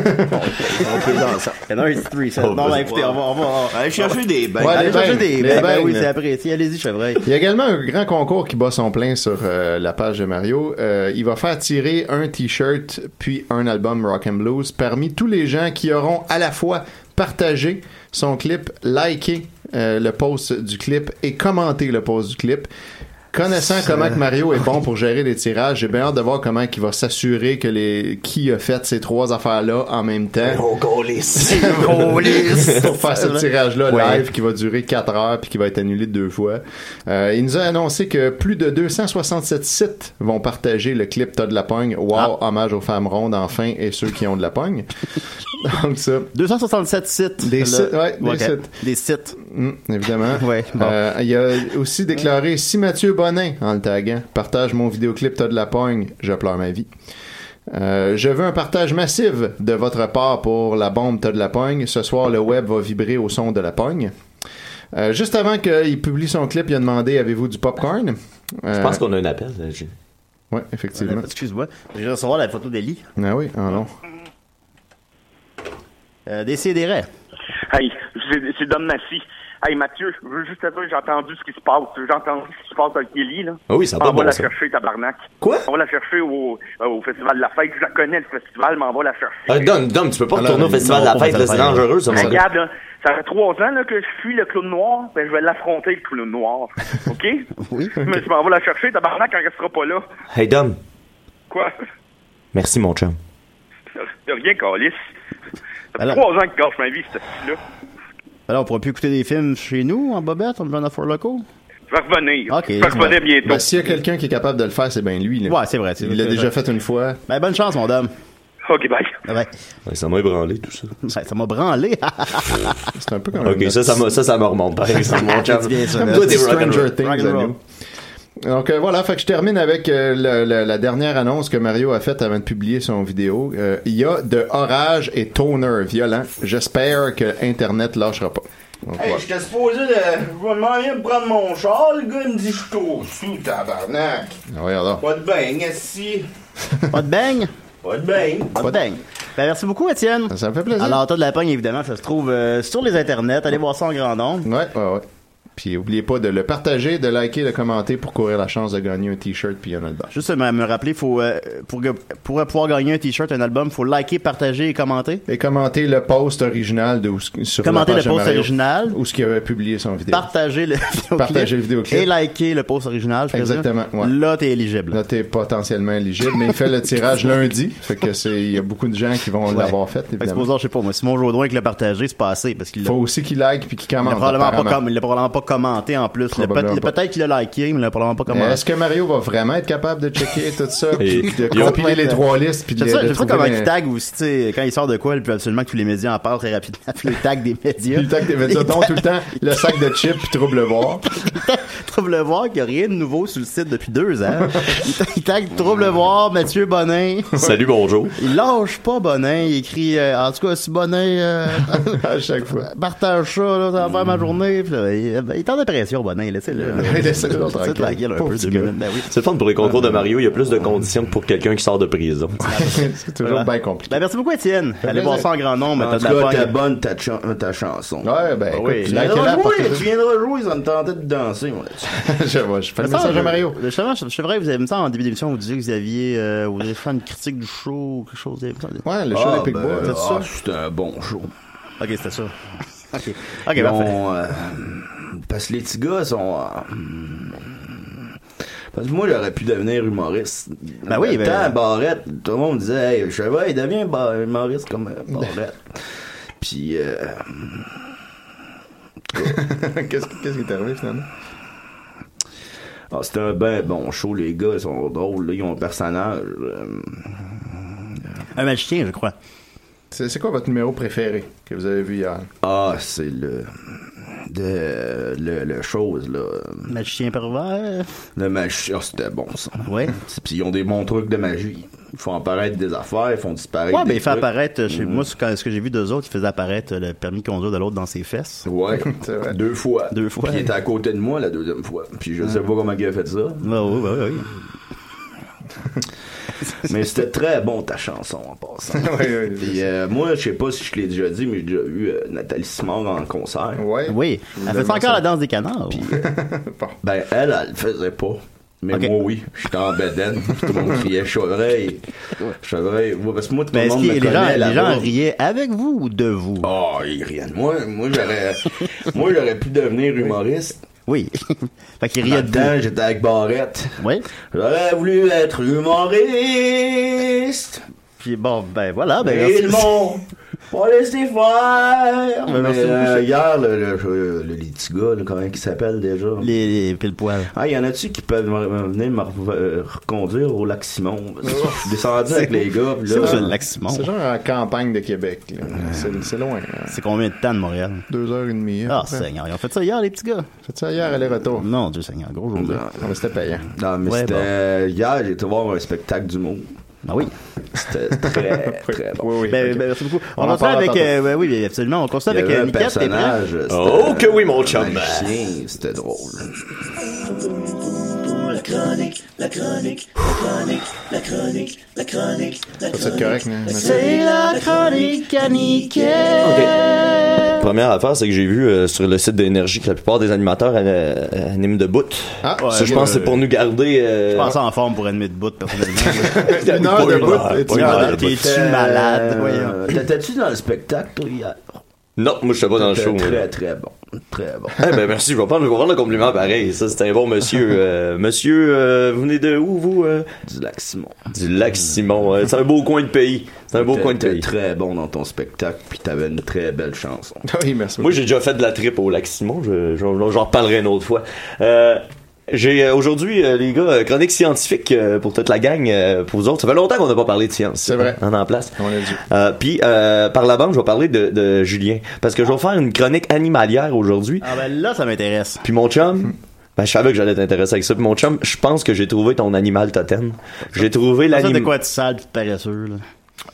Speaker 7: on peut dans ça. Il y en a un, c'est three, ça.
Speaker 9: Oh,
Speaker 7: Non, ben,
Speaker 9: vas-y.
Speaker 7: écoutez, on va, on va, on va-
Speaker 1: Allez chercher des beignes.
Speaker 8: Ouais,
Speaker 7: Allez
Speaker 8: les
Speaker 7: chercher
Speaker 8: beignes,
Speaker 7: des...
Speaker 8: les
Speaker 7: Ben, ben
Speaker 8: beignes.
Speaker 7: oui, c'est après. Tiens, Allez-y, chevreuil.
Speaker 8: [LAUGHS] Il y a également un grand concours qui bat son plein sur euh, la page de Mario. Euh, il va faire tirer un t-shirt puis un album Rock and Blues parmi tous les gens qui auront à la fois partagé son clip, liké euh, le post du clip et commenté le post du clip. Connaissant comment que Mario est bon pour gérer les tirages, j'ai bien hâte de voir comment il va s'assurer que les qui a fait ces trois affaires-là en même temps
Speaker 9: On colisse.
Speaker 8: [LAUGHS] pour faire ce tirage-là
Speaker 7: Ouais.
Speaker 8: live qui va durer 4 heures puis qui va être annulé deux fois. Euh, il nous a annoncé que plus de 267 sites vont partager le clip T'as de la pogne. Wow, hommage aux femmes rondes enfin et ceux qui ont de la pogne. [LAUGHS] Donc ça,
Speaker 7: 267 sites.
Speaker 8: Des
Speaker 7: là.
Speaker 8: sites, ouais, des
Speaker 7: Ok.
Speaker 8: sites.
Speaker 7: Des sites.
Speaker 8: mm, évidemment.
Speaker 7: [LAUGHS] Ouais, bon.
Speaker 8: Euh, il a aussi déclaré si Mathieu Bonin, en le taguant, partage mon vidéoclip T'as de la pogne, je pleure ma vie. Euh, je veux un partage massif de votre part pour la bombe T'as de la pogne. Ce soir, le web va vibrer au son de la pogne. Euh, juste avant qu'il publie son clip, il a demandé Avez-vous du popcorn Euh,
Speaker 9: Je pense qu'on a un appel. là, j'ai-
Speaker 8: Ouais, effectivement.
Speaker 7: Excuse-moi. Je vais recevoir la photo d'Eli.
Speaker 8: Ah oui, ah non.
Speaker 7: Euh, Décidérez.
Speaker 11: Hey, c'est c'est Dom Massy. Hey, Mathieu, je veux juste te dire, j'ai entendu ce qui se passe. J'ai entendu ce qui se passe avec Kelly, là.
Speaker 9: Ah oui, ça a pas
Speaker 11: On va
Speaker 9: bon
Speaker 11: la
Speaker 9: sens.
Speaker 11: chercher, tabarnak.
Speaker 9: Quoi?
Speaker 11: On va la chercher au, euh, au Festival de la Fête. Je la connais, le festival, mais on va la chercher.
Speaker 9: Ah, Dom, Dom, tu peux pas
Speaker 8: Alors,
Speaker 9: retourner au Festival de
Speaker 7: non,
Speaker 9: la
Speaker 7: pas
Speaker 9: Fête, là, c'est
Speaker 7: Festival de la Fête.
Speaker 9: dangereux, ça, mon gars.
Speaker 11: Regarde, là, ça fait trois ans là, que je fuis le clown noir. Ben, je vais l'affronter, le clown
Speaker 9: [LAUGHS]
Speaker 11: noir. OK?
Speaker 7: Oui.
Speaker 11: Mais je m'en vais la chercher, tabarnak, elle restera pas là.
Speaker 9: Hey, Dom,
Speaker 11: Quoi?
Speaker 9: merci, mon chum.
Speaker 11: De rien, Calis. Ça fait
Speaker 7: Alors-
Speaker 11: trois ans que je gâche ma vie, cette fille-là.
Speaker 7: Alors, Ben on pourra plus écouter des films chez nous, en bobette, en venant à Fort Loco?
Speaker 11: Je vais revenir.
Speaker 7: Ok.
Speaker 11: Je vais revenir bientôt.
Speaker 8: Ben, S'il y a quelqu'un qui est capable de le faire, c'est bien lui. là.
Speaker 7: Ouais, c'est vrai. c'est-
Speaker 8: Il l'a
Speaker 7: c'est
Speaker 8: déjà
Speaker 7: vrai.
Speaker 8: fait une fois.
Speaker 7: Ben, bonne chance, mon dame.
Speaker 11: OK, bye.
Speaker 7: Ah Ouais.
Speaker 9: Ouais, ça m'a ébranlé, tout ça.
Speaker 7: Ben, Ça m'a branlé. [LAUGHS]
Speaker 8: C'est un peu comme
Speaker 9: Ok,
Speaker 8: un-
Speaker 9: ça, ça, me- ça, ça me remonte, [LAUGHS] par exemple, mon chum.
Speaker 7: bien ça,
Speaker 9: Comme
Speaker 7: là.
Speaker 9: toi, t'es rock'n'roll.
Speaker 8: Stranger Things à
Speaker 7: Rock'n'roll.
Speaker 8: nous. Donc euh, voilà, fait que je termine avec euh, le- le- la dernière annonce que Mario a faite avant de publier son vidéo. Euh, Il y a de orage et toner violent. J'espère que Internet lâchera pas. Donc, voilà.
Speaker 1: J'étais supposé de. Je m'en viens de prendre mon char, le gars me dit je suis au sous, tabarnak.
Speaker 8: Ah, regarde donc.
Speaker 1: Pas de beigne, assis.
Speaker 7: Pas de beigne?
Speaker 1: Pas de beigne.
Speaker 7: Pas de beigne. Ben, merci beaucoup, Étienne.
Speaker 8: Ça me fait plaisir.
Speaker 7: Alors, t'as de la pogne, évidemment, ça se trouve euh, sur les internets. Allez voir ça en grand nombre.
Speaker 8: Ouais, ouais, ouais. Puis oubliez pas de le partager, de liker, de commenter pour courir la chance de gagner un t-shirt puis un album.
Speaker 7: Juste me, me rappeler, faut, euh, pour, que- pour pouvoir gagner un t-shirt, un album, faut liker, partager et commenter.
Speaker 8: Et commenter le post original de où- sur la
Speaker 7: Commenter
Speaker 8: page
Speaker 7: le
Speaker 8: de
Speaker 7: post
Speaker 8: Mario,
Speaker 7: original.
Speaker 8: où ce qu'il avait publié son vidéo.
Speaker 7: Partager le vidéoclip.
Speaker 8: Partager le vidéoclip.
Speaker 7: Et liker le post original. je présume.
Speaker 8: Exactement, ouais.
Speaker 7: Là, t'es éligible.
Speaker 8: Là, t'es potentiellement éligible, mais il
Speaker 7: [LAUGHS]
Speaker 8: fait le tirage lundi. Fait que c'est, il y a beaucoup de gens qui vont
Speaker 7: Ouais.
Speaker 8: l'avoir fait,
Speaker 7: Fait que
Speaker 8: évidemment.
Speaker 7: supposons, je sais pas, moi, Simon Jaudoin qui l'a partagé, c'est passé parce qu'il l'a
Speaker 8: Faut aussi qu'il like puis qu'il
Speaker 7: il
Speaker 8: commente.
Speaker 7: l'a probablement, pas
Speaker 8: apparemment.
Speaker 7: com- il l'a probablement pas commenté en plus. Il l'a peut-
Speaker 8: Probablement
Speaker 7: il l'a
Speaker 8: pas.
Speaker 7: Peut-être qu'il l'a liké, mais il l'a probablement pas
Speaker 8: Mais
Speaker 7: commenté.
Speaker 8: Est-ce que Mario va vraiment être capable de checker tout ça,
Speaker 9: Et-
Speaker 8: puis de
Speaker 9: il y a-
Speaker 8: compiler les trois listes, puis de,
Speaker 7: J'aime
Speaker 8: de
Speaker 7: ça, j'aime ça
Speaker 8: trouver
Speaker 7: comment
Speaker 8: les-
Speaker 7: il tag aussi, tu sais, quand il sort de quoi, il peut absolument que tous les médias en parlent très rapidement. Puis le tag des médias.
Speaker 8: [LAUGHS] [LAUGHS] il tag tes médias,
Speaker 7: Il
Speaker 8: donc tout le temps le sac de chips puis trouble le
Speaker 7: [LAUGHS]
Speaker 8: voir.
Speaker 7: Trouble voir qu'il n'y a rien de nouveau sur le site depuis deux ans. il, tag- il tag Trouble voir Mathieu Bonin.
Speaker 9: Salut, bonjour.
Speaker 7: Il lâche pas Bonin, il écrit euh, en tout cas si Bonin euh,
Speaker 8: à chaque
Speaker 7: Ah,
Speaker 8: fois.
Speaker 7: partage ça, là, ça va faire ma journée. Puis là, il, il est en dépression, Bonin, laissez-le. là.
Speaker 8: Laissez-le
Speaker 7: Laissez-le tranquille un
Speaker 8: Pauvre
Speaker 7: peu,
Speaker 8: petit
Speaker 7: deux
Speaker 8: gars.
Speaker 7: minutes. Ben oui.
Speaker 9: C'est le fun pour les concours de Mario, il y a plus de conditions que pour quelqu'un qui sort de prison.
Speaker 8: c'est toujours bien compliqué. [LAUGHS]
Speaker 7: Ben, merci beaucoup, Étienne. Allez
Speaker 8: plaisir.
Speaker 7: voir ça en grand nombre.
Speaker 1: En
Speaker 7: T'as
Speaker 1: tout
Speaker 7: de la
Speaker 1: cas,
Speaker 7: pogne.
Speaker 1: t'es bonne ta, chan- ta chanson.
Speaker 8: Ouais, ben, écoute,
Speaker 7: oui.
Speaker 8: tu
Speaker 1: Tu
Speaker 8: likes
Speaker 1: viendras
Speaker 8: la
Speaker 1: jouer,
Speaker 8: porte-
Speaker 1: tu viendras jouer, ça me tentait de danser, moi, là-dessus.
Speaker 8: Je vois, je fais le
Speaker 7: Ça,
Speaker 8: message à
Speaker 7: je-
Speaker 8: Mario.
Speaker 7: Justement, je, je vrai, vous avez me semble en début d'émission, vous disiez que vous aviez, euh, vous avez fait une critique du show ou quelque chose. vous avez-
Speaker 8: Ouais, le show
Speaker 1: Ah,
Speaker 8: des
Speaker 1: ben,
Speaker 8: Pigbois.
Speaker 1: ah, c'était un bon show.
Speaker 7: Ok, c'était ça. [LAUGHS] ok, ok,
Speaker 1: Ils
Speaker 7: parfait.
Speaker 1: ont, euh, parce que les petits gars sont. euh, parce que moi, j'aurais pu devenir humoriste.
Speaker 7: Ben oui,
Speaker 1: Dans le
Speaker 7: ben-
Speaker 1: temps, Barrette, tout le monde disait, hey, Cheval, devient ba- humoriste comme euh, Barrette.
Speaker 7: [LAUGHS]
Speaker 1: Puis, euh,
Speaker 8: [LAUGHS] Qu'est-ce qu'est-ce qui est arrivé finalement?
Speaker 1: Ah, C'était un ben bon show, les gars, ils sont drôles, là, ils ont un personnage. euh,
Speaker 7: Un magicien, je crois.
Speaker 8: C'est c'est quoi votre numéro préféré que vous avez vu hier? [LAUGHS]
Speaker 1: Ah, c'est le. De, le, le chose, là.
Speaker 7: Magicien pervers.
Speaker 1: Le magie. Ah, c'était bon, ça.
Speaker 7: Ouais.
Speaker 1: Puis ils ont des bons trucs de magie. Ils font apparaître des affaires, ils font disparaître.
Speaker 7: Ouais,
Speaker 1: des
Speaker 7: ben il fait
Speaker 1: trucs.
Speaker 7: apparaître, euh, chez
Speaker 1: Mm.
Speaker 7: moi, ce que- ce que j'ai vu d'eux autres, il faisait apparaître euh, le permis de conduire de l'autre dans ses fesses.
Speaker 1: Ouais,
Speaker 8: C'est vrai.
Speaker 1: deux fois.
Speaker 7: Deux fois.
Speaker 1: Puis il était à côté de moi la deuxième fois. Puis je sais pas comment il a fait ça.
Speaker 7: Ouais, ouais, ouais, ouais.
Speaker 1: Mais c'était très bon ta chanson en passant.
Speaker 8: [LAUGHS] Ouais, ouais,
Speaker 1: Puis euh, moi, je sais pas si je l'ai déjà dit, mais j'ai déjà vu euh, Nathalie Simard en concert.
Speaker 8: Ouais.
Speaker 7: Oui. Elle fait ça encore la danse des canards.
Speaker 1: Ben, elle, elle le faisait pas. Mais
Speaker 7: Ok.
Speaker 1: moi, oui. J'étais en bedaine. puis tout le monde criait chevreuil. Chevreuil. Ouais, parce que moi, tout
Speaker 7: Mais
Speaker 1: le
Speaker 7: est-ce
Speaker 1: monde
Speaker 7: que
Speaker 1: me
Speaker 7: les gens,
Speaker 1: connaît
Speaker 7: les
Speaker 1: là-bas.
Speaker 7: gens riaient avec vous ou de vous?
Speaker 1: Ah, ils riaient de moi. Moi, j'aurais, moi, j'aurais pu devenir humoriste.
Speaker 7: Oui. [LAUGHS] fait qu'ils riaient de
Speaker 1: Là-dedans, j'étais avec Barrette.
Speaker 7: vous. Oui.
Speaker 1: J'aurais voulu être humoriste.
Speaker 7: Puis bon, ben voilà. Ben,
Speaker 1: Et
Speaker 7: merci.
Speaker 1: le monde. On laisse les faire!
Speaker 7: Ben,
Speaker 1: Mais,
Speaker 7: merci beaucoup,
Speaker 1: euh,
Speaker 7: Chuck.
Speaker 1: hier, le, le, le, le- les petits gars, là, comment il s'appelle déjà?
Speaker 7: Les, les pile poil.
Speaker 1: Ah, il y en a-tu qui peuvent me- me- venir me re- euh, reconduire au lac Simon?
Speaker 9: Oh.
Speaker 1: Parce que Je suis descendu avec les gars, puis
Speaker 7: C'est où ça, le
Speaker 1: là...
Speaker 7: lac Simon?
Speaker 8: C'est genre en campagne de Québec. là. C'est c'est loin. là.
Speaker 7: C'est combien de temps de Montréal?
Speaker 8: Deux heures et demie.
Speaker 7: Ah,
Speaker 8: à peu près.
Speaker 7: Seigneur, ils ont fait ça hier, les petits gars.
Speaker 8: Fait ça hier, aller-retour.
Speaker 7: Non, Dieu Seigneur, gros jour. là.
Speaker 8: Ah, mais C'était payant.
Speaker 1: Non, mais
Speaker 7: Ouais,
Speaker 1: c'était... euh, Hier, j'ai été voir un spectacle d'humour.
Speaker 9: Ah,
Speaker 7: Ben oui.
Speaker 1: C'était très, très bon.
Speaker 8: Oui, oui.
Speaker 7: Ben,
Speaker 8: ok.
Speaker 7: ben, merci beaucoup.
Speaker 8: On
Speaker 7: On,
Speaker 8: en
Speaker 7: continue
Speaker 8: parle
Speaker 7: avec.
Speaker 8: tantôt.
Speaker 7: euh, ben oui, ben, absolument. On continue
Speaker 1: Il y
Speaker 7: avec
Speaker 1: avait
Speaker 7: euh,
Speaker 1: un
Speaker 7: Niket, t'es prêt?
Speaker 1: personnage... c'était
Speaker 9: Oh, que oui, mon chum. Ah.
Speaker 1: un magicien, C'était drôle.
Speaker 8: Ça, C'est correct, mais- mais-
Speaker 1: euh,
Speaker 9: Première affaire, c'est que j'ai vu euh, sur le site d'énergie que la plupart des animateurs euh, animent de bout.
Speaker 8: Ah,
Speaker 9: ça, je pense que c'est pour nous garder. euh, [LAUGHS]
Speaker 7: Je pense en forme pour admettre de bout, personnellement.
Speaker 8: Une heure de
Speaker 9: Pas
Speaker 8: bout,
Speaker 9: heure,
Speaker 8: et
Speaker 9: pas
Speaker 8: tu
Speaker 9: une
Speaker 8: vas
Speaker 9: heure
Speaker 8: aller
Speaker 9: de
Speaker 7: T'es-tu
Speaker 9: bout.
Speaker 7: malade? Voyons.
Speaker 1: Euh, T'étais-tu dans le spectacle, toi, hier?
Speaker 9: Non, moi, je suis pas dans le
Speaker 1: C'était
Speaker 9: show. moi.
Speaker 1: Très, très bon. Très bon.
Speaker 9: Eh ben merci, je vais prendre, je vais prendre le compliment pareil. Ça, c'est un bon
Speaker 1: [LAUGHS]
Speaker 9: monsieur. Euh, monsieur, euh, vous venez de où, vous euh?
Speaker 1: du lac Simon.
Speaker 9: Du lac Simon. Euh, c'est un beau coin de pays. C'est un beau coin de
Speaker 1: T'étais
Speaker 9: pays.
Speaker 1: très bon dans ton spectacle, puis t'avais une très belle chanson.
Speaker 8: Oui, merci.
Speaker 9: Moi, j'ai déjà fait de la trip au lac Simon. Je- je- J'en reparlerai une autre fois. Euh, j'ai euh, aujourd'hui, euh, les gars, euh, chronique scientifique euh, pour toute la gang, euh, pour vous autres. Ça fait longtemps qu'on n'a pas parlé de science.
Speaker 8: C'est vrai.
Speaker 9: On est en place.
Speaker 8: On l'a dit.
Speaker 9: Euh, Puis, euh, par la bande, je vais parler de, de Julien. Parce que je vais faire une chronique animalière aujourd'hui.
Speaker 7: Ah ben là, ça m'intéresse.
Speaker 9: Puis mon chum, ben, je savais que j'allais t'intéresser avec ça. Puis mon chum, je pense que j'ai trouvé ton animal totem. J'ai trouvé
Speaker 7: Ça, de
Speaker 9: l'animal.
Speaker 7: quoi tu sale pis de paresseux, là?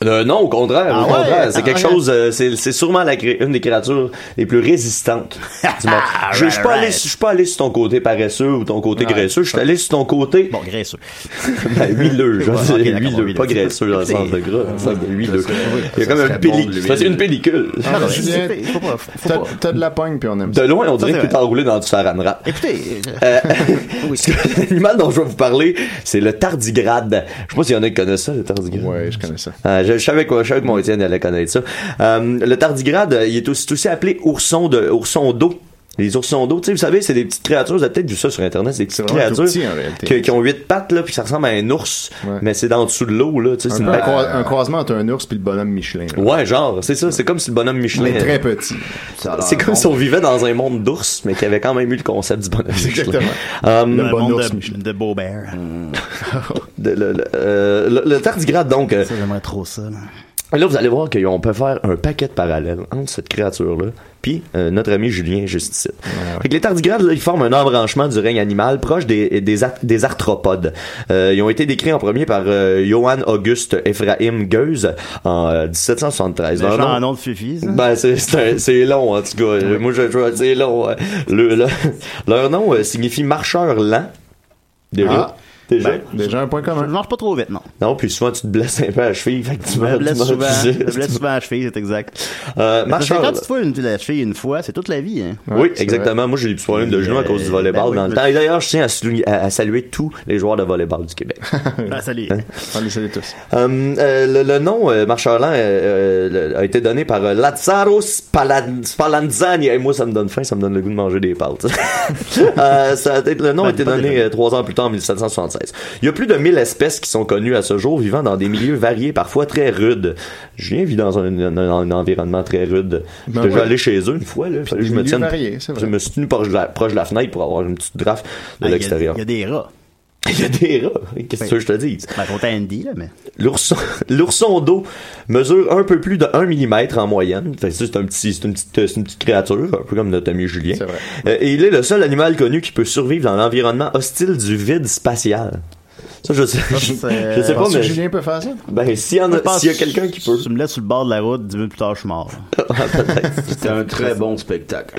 Speaker 9: Euh, non, au contraire,
Speaker 7: Ah
Speaker 9: au
Speaker 7: ouais?
Speaker 9: contraire. C'est
Speaker 7: Ah
Speaker 9: quelque
Speaker 7: ouais.
Speaker 9: chose. euh, c'est c'est sûrement la cré- une des créatures les plus résistantes. du
Speaker 7: [LAUGHS]
Speaker 9: monde.
Speaker 7: Ah,
Speaker 9: Je je suis pas allé, je suis pas allé sur ton côté paresseux ou ton côté
Speaker 8: Ouais.
Speaker 9: graisseux. Je suis allé sur ton côté
Speaker 7: Bon, graisseux.
Speaker 9: ben, [LAUGHS] huileux, je
Speaker 7: [LAUGHS] Ouais,
Speaker 9: veux
Speaker 7: ok,
Speaker 9: dire,
Speaker 7: d'accord,
Speaker 9: huileux, pas
Speaker 7: huileux.
Speaker 9: graisseux dans le sens de gras, dans le sens de huileux. Il y a comme
Speaker 1: Ça serait
Speaker 9: une
Speaker 1: bon de
Speaker 9: pellicule.
Speaker 1: l'huile.
Speaker 9: C'est une pellicule.
Speaker 8: Ah,
Speaker 7: non,
Speaker 8: Julien,
Speaker 7: c'est- faut pas- faut
Speaker 8: t'as-
Speaker 7: pas.
Speaker 8: T'as de la pogne, puis on aime
Speaker 9: De
Speaker 8: ça.
Speaker 9: loin, on dirait
Speaker 7: c'est
Speaker 9: que tu
Speaker 7: vrai.
Speaker 9: t'es enroulé dans du saran wrap.
Speaker 7: Écoutez,
Speaker 9: Euh, [LAUGHS] parce que L'animal dont je vais vous parler, c'est le tardigrade. Je sais pas s'il y en a qui connaissent ça, le tardigrade.
Speaker 8: Ouais, je connais ça.
Speaker 9: Ah, je, je savais quoi, je savais que mon Étienne allait connaître ça. Euh, le tardigrade, euh, il est aussi, c'est aussi appelé ourson de ourson d'eau. Les oursons d'eau, tu sais, vous savez, c'est des petites créatures, vous avez peut-être vu ça sur internet, c'est des petites
Speaker 8: vraiment tout
Speaker 9: créatures
Speaker 8: petit, en réalité.
Speaker 9: que- qui ont huit pattes là, puis ça ressemble à un ours,
Speaker 8: Ouais.
Speaker 9: mais c'est dans dessous de l'eau là, tu sais,
Speaker 8: Un,
Speaker 9: c'est
Speaker 8: peu
Speaker 9: une
Speaker 8: un,
Speaker 9: bête.
Speaker 8: croi- un croisement entre un ours puis le bonhomme Michelin. là.
Speaker 9: Ouais, genre, c'est ça, c'est comme si le bonhomme Michelin. euh,
Speaker 8: Mais très petit.
Speaker 1: Ça a l'air
Speaker 9: C'est comme
Speaker 1: bon.
Speaker 9: si on vivait dans un monde d'ours, mais qui avait quand même eu le concept du bonhomme Michelin.
Speaker 8: Exactement.
Speaker 9: Euh,
Speaker 7: le
Speaker 8: Le bon
Speaker 7: monde
Speaker 8: ours,
Speaker 7: de,
Speaker 8: Michelin.
Speaker 7: de Beaubert. hein,
Speaker 9: de- le, le- euh, le- le tardigrade, donc, euh,
Speaker 7: Ça, j'aimerais trop ça, là.
Speaker 9: Là, vous allez voir qu'on peut faire un paquet de parallèles entre cette créature-là puis euh, notre ami Julien Justice. Fait que les tardigrades, là, ils forment un embranchement du règne animal proche des, des, ar- des arthropodes. Euh, ils ont été décrits en premier par euh, Johann August Ephraim Goethe en euh, 1773.
Speaker 7: Le
Speaker 9: Dans un
Speaker 7: genre
Speaker 9: nom-
Speaker 7: un nom de Fifi, ça.
Speaker 9: ben, c'est- c'est un- c'est long, en tout cas. Euh, Moi, je, je- c'est long. hein. Le- le- [LAUGHS] leur nom euh, signifie marcheur lent. Déjà.
Speaker 8: Ah.
Speaker 9: Déjà.
Speaker 7: Ben.
Speaker 8: Déjà un point
Speaker 7: Je
Speaker 8: commun.
Speaker 7: marche pas trop vite, non.
Speaker 9: Non, puis souvent, tu te blesses un peu à la cheville. Fait que tu
Speaker 7: Je
Speaker 9: meurs-
Speaker 7: me
Speaker 9: tu
Speaker 7: blesse
Speaker 9: meurs-
Speaker 7: souvent.
Speaker 9: tu-
Speaker 7: Je me
Speaker 9: tu-
Speaker 7: blesse souvent à la cheville, c'est exact.
Speaker 9: Euh,
Speaker 7: Parce que
Speaker 9: marcheur
Speaker 7: quand tu te fous une, la cheville une fois, c'est toute la vie, hein.
Speaker 8: Ouais,
Speaker 9: oui,
Speaker 8: c'est
Speaker 9: exactement. Moi, j'ai des petits problèmes de genoux à cause du
Speaker 7: Euh,
Speaker 9: volleyball
Speaker 7: ben oui,
Speaker 9: dans le
Speaker 7: mais-
Speaker 9: temps. Et d'ailleurs, je tiens à, souligner- à- à saluer tous les joueurs de volleyball du Québec.
Speaker 7: Ah, salut.
Speaker 9: Hein?
Speaker 8: On les salue tous.
Speaker 9: Hum, euh, le, le nom euh, marcheur lent euh, euh, le- a été donné par euh, Lazzaro Spalan- Spallanzani. Et moi, ça me donne faim, ça me donne le goût de manger des pâtes. [LAUGHS] Euh, ça a été- le nom a été
Speaker 7: Ben, pas
Speaker 9: donné euh, trois ans plus tard, en 1765, française. Il y a plus de 1000 espèces qui sont connues à ce jour, vivant dans des milieux variés, parfois très rudes. Julien vit dans un, un- un environnement très rude.
Speaker 8: Ben
Speaker 9: J'étais
Speaker 8: ouais.
Speaker 9: allé chez eux une fois, là, fallait que
Speaker 8: des
Speaker 9: je me
Speaker 8: milieux
Speaker 9: tienne.
Speaker 8: variés, c'est vrai.
Speaker 9: je me suis tenu proche de, la, proche de la fenêtre pour avoir une petite draft de
Speaker 7: Ah, il y a-
Speaker 9: l'extérieur.
Speaker 7: Il y a des rats.
Speaker 9: [LAUGHS] Il y a des rats. Qu'est-ce que tu veux que je te dise?
Speaker 7: Ben, contre Andy, là, mais.
Speaker 9: L'ourson, [LAUGHS] l'ourson d'eau mesure un peu plus de 1 mm en moyenne. Fait que ça, c'est un petit, c'est une petite, euh, c'est une petite créature, un peu comme notre ami Julien. Euh, et il est le seul animal connu qui peut survivre dans l'environnement hostile du vide spatial. Ça, je sais, [LAUGHS] je, je sais pas,
Speaker 8: Penses-tu
Speaker 9: mais.
Speaker 8: que Julien peut faire ça?
Speaker 9: Ben, s'il y en
Speaker 7: Je
Speaker 9: a,
Speaker 7: pense-
Speaker 9: s'il y a quelqu'un qui peut.
Speaker 7: Tu me laisses sur le bord de la route, 10 minutes plus tard, je suis mort.
Speaker 1: C'était un très bon spectacle.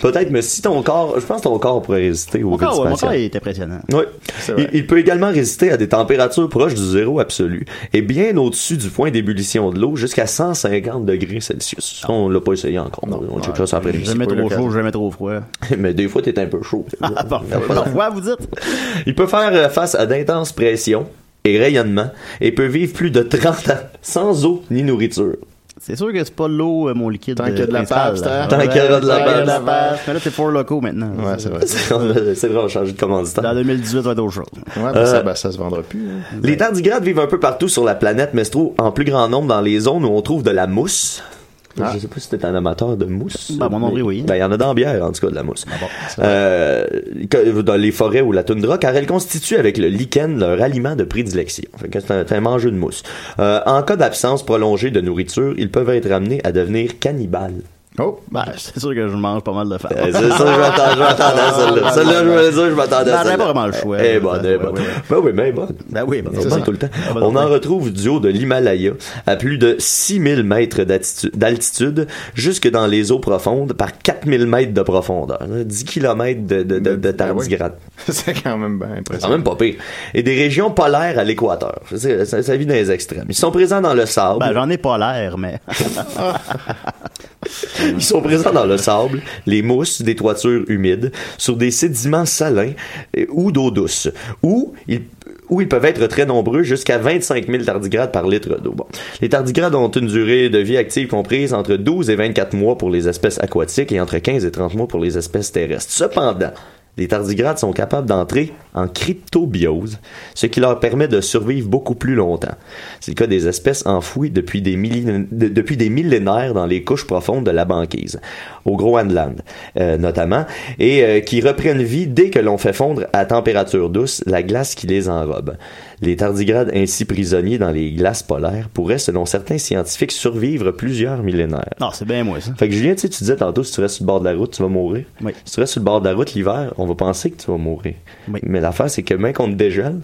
Speaker 9: Peut-être, mais si ton corps, je pense que ton corps pourrait résister au
Speaker 7: Mon
Speaker 9: vide
Speaker 7: corps, ouais, mon corps,
Speaker 9: spatial.
Speaker 7: il est impressionnant.
Speaker 9: Oui.
Speaker 8: C'est vrai.
Speaker 9: Il, il peut également résister à des températures proches du zéro absolu et bien au-dessus du point d'ébullition de l'eau jusqu'à 150 degrés Celsius. Ça, On l'a pas essayé encore. On checkera ça après l'émission.
Speaker 7: Jamais
Speaker 8: pas
Speaker 7: trop
Speaker 8: le cas.
Speaker 7: chaud, jamais trop froid.
Speaker 9: [LAUGHS] Mais des fois, t'es un peu chaud.
Speaker 7: [LAUGHS] Ah, parfait. Pas trop froid, vous dites?
Speaker 9: Il peut faire euh, face à d'intenses pressions et rayonnements et peut vivre plus de 30 ans sans eau ni nourriture. [LAUGHS]
Speaker 7: C'est sûr que c'est pas l'eau, euh, mon liquide.
Speaker 8: Tant qu'il y a de la
Speaker 7: principal,
Speaker 8: pâte,
Speaker 7: là.
Speaker 8: c'est- Tant
Speaker 7: Ouais,
Speaker 9: qu'il y aura de la
Speaker 7: tant qu'il y a
Speaker 9: pâte.
Speaker 7: pâte. Mais là, t'es four locaux maintenant.
Speaker 8: Ouais, c'est vrai.
Speaker 9: C'est vrai, on a changé de commanditaire.
Speaker 7: Dans 2018, ça va être autre chose.
Speaker 8: Ouais, ben, ça, ben, ça se vendra plus. hein.
Speaker 7: Ben.
Speaker 9: Les tardigrades vivent un peu partout sur la planète, mais se trouvent en plus grand nombre dans les zones où on trouve de la mousse. Je sais pas si t'es un amateur de mousse.
Speaker 7: Ah. Ben, mon nombril, oui. Ah
Speaker 9: Ben, il y en a dans la bière, en tout cas, de la mousse.
Speaker 7: bon, ben, c'est
Speaker 9: Euh, que- dans les forêts ou la toundra, car elle constitue avec le lichen leur aliment de prédilection. Fait que c'est un, c'est un mangeux de mousse. Euh, en cas d'absence prolongée de nourriture, ils peuvent être amenés à devenir cannibales.
Speaker 8: Oh,
Speaker 7: Ben, c'est sûr que je mange pas mal de femmes.
Speaker 9: Euh, c'est ça, je m'attends- je m'attendais à celle-là. Celle-là, je me disais, je m'attendais à
Speaker 7: Ah, Ben,
Speaker 9: celle-là.
Speaker 7: j'avais pas vraiment le choix.
Speaker 9: Eh, bonne, eh,
Speaker 7: Ouais,
Speaker 9: bonne.
Speaker 7: ouais, ouais.
Speaker 9: Ben oui, mais bonne.
Speaker 7: Ben oui, ben,
Speaker 9: On
Speaker 7: c'est
Speaker 9: parle
Speaker 7: ça.
Speaker 9: tout le temps.
Speaker 7: Ah, ben,
Speaker 9: On en
Speaker 7: ouais.
Speaker 9: retrouve du haut de l'Himalaya, à plus de 6000 mètres d'altitu- d'altitude, jusque dans les eaux profondes, par 4000 mètres de profondeur. Là, 10 km de, de,
Speaker 7: Ben
Speaker 9: de, de tardigrades.
Speaker 8: [LAUGHS] c'est quand même bien
Speaker 9: C'est quand
Speaker 8: impressionnant.
Speaker 9: même pas pire. Et des régions polaires à l'équateur. C'est- Ça, ça vit dans les extrêmes. Ils sont présents dans le sable.
Speaker 7: Ben, j'en ai pas l'air, mais. [LAUGHS]
Speaker 9: [LAUGHS] Ils sont présents dans le sable, les mousses, des toitures humides, sur des sédiments salins euh, ou d'eau douce, où ils, où ils peuvent être très nombreux, jusqu'à 25 000 tardigrades par litre d'eau. Bon. Les tardigrades ont une durée de vie active comprise entre 12 et 24 mois pour les espèces aquatiques et entre 15 et 30 mois pour les espèces terrestres. Cependant, les tardigrades sont capables d'entrer en cryptobiose, ce qui leur permet de survivre beaucoup plus longtemps. C'est le cas des espèces enfouies depuis des, millén- de- depuis des millénaires dans les couches profondes de la banquise, au Groenland euh, notamment, et euh, qui reprennent vie dès que l'on fait fondre à température douce la glace qui les enrobe. Les tardigrades ainsi prisonniers dans les glaces polaires pourraient, selon certains scientifiques, survivre plusieurs millénaires.
Speaker 7: Non, c'est bien moi, ça.
Speaker 9: Fait que Julien, tu sais, tu disais tantôt, si tu restes sur le bord de la route, tu vas mourir.
Speaker 7: Oui.
Speaker 9: Si tu restes sur le bord de la route l'hiver, on va penser que tu vas mourir.
Speaker 7: Oui.
Speaker 9: Mais l'affaire, c'est que même qu'on te dégèle,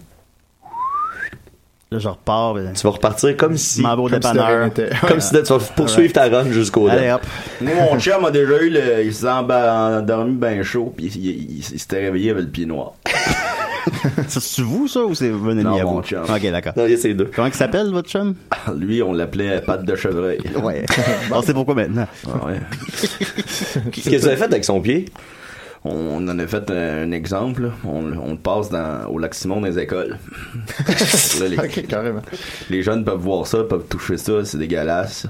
Speaker 7: Là, je repars. ben,
Speaker 9: tu vas repartir comme si.
Speaker 7: Je m'en vais au
Speaker 8: Comme si de rien
Speaker 7: dépanneur.
Speaker 8: n'était.
Speaker 9: [LAUGHS] Comme si tu vas poursuivre ta run jusqu'au
Speaker 7: Allez,
Speaker 9: delà
Speaker 7: hop.
Speaker 1: Moi, mon chum a déjà eu le. Il s'est emba- endormi bien chaud, puis il, il- il s'était réveillé avec le pied noir.
Speaker 7: C'est vous, ça, ou c'est venu
Speaker 1: Non,
Speaker 7: à
Speaker 1: mon
Speaker 7: vous?
Speaker 1: chum.
Speaker 7: Ok, d'accord.
Speaker 9: Non, il y a ces deux.
Speaker 7: Comment il s'appelle, votre chum?
Speaker 1: [LAUGHS] Lui, on l'appelait patte de chevreuil.
Speaker 7: Ouais. [LAUGHS] On sait pourquoi maintenant.
Speaker 1: Ah ouais.
Speaker 9: [LAUGHS] Qu'est-ce que tu as fait avec son pied?
Speaker 1: On en a fait un, un exemple. là. On, le- on le passe dans, au lac Simon des écoles. Là, les,
Speaker 8: Ok, carrément.
Speaker 1: les jeunes peuvent voir ça, peuvent toucher ça, c'est dégueulasse.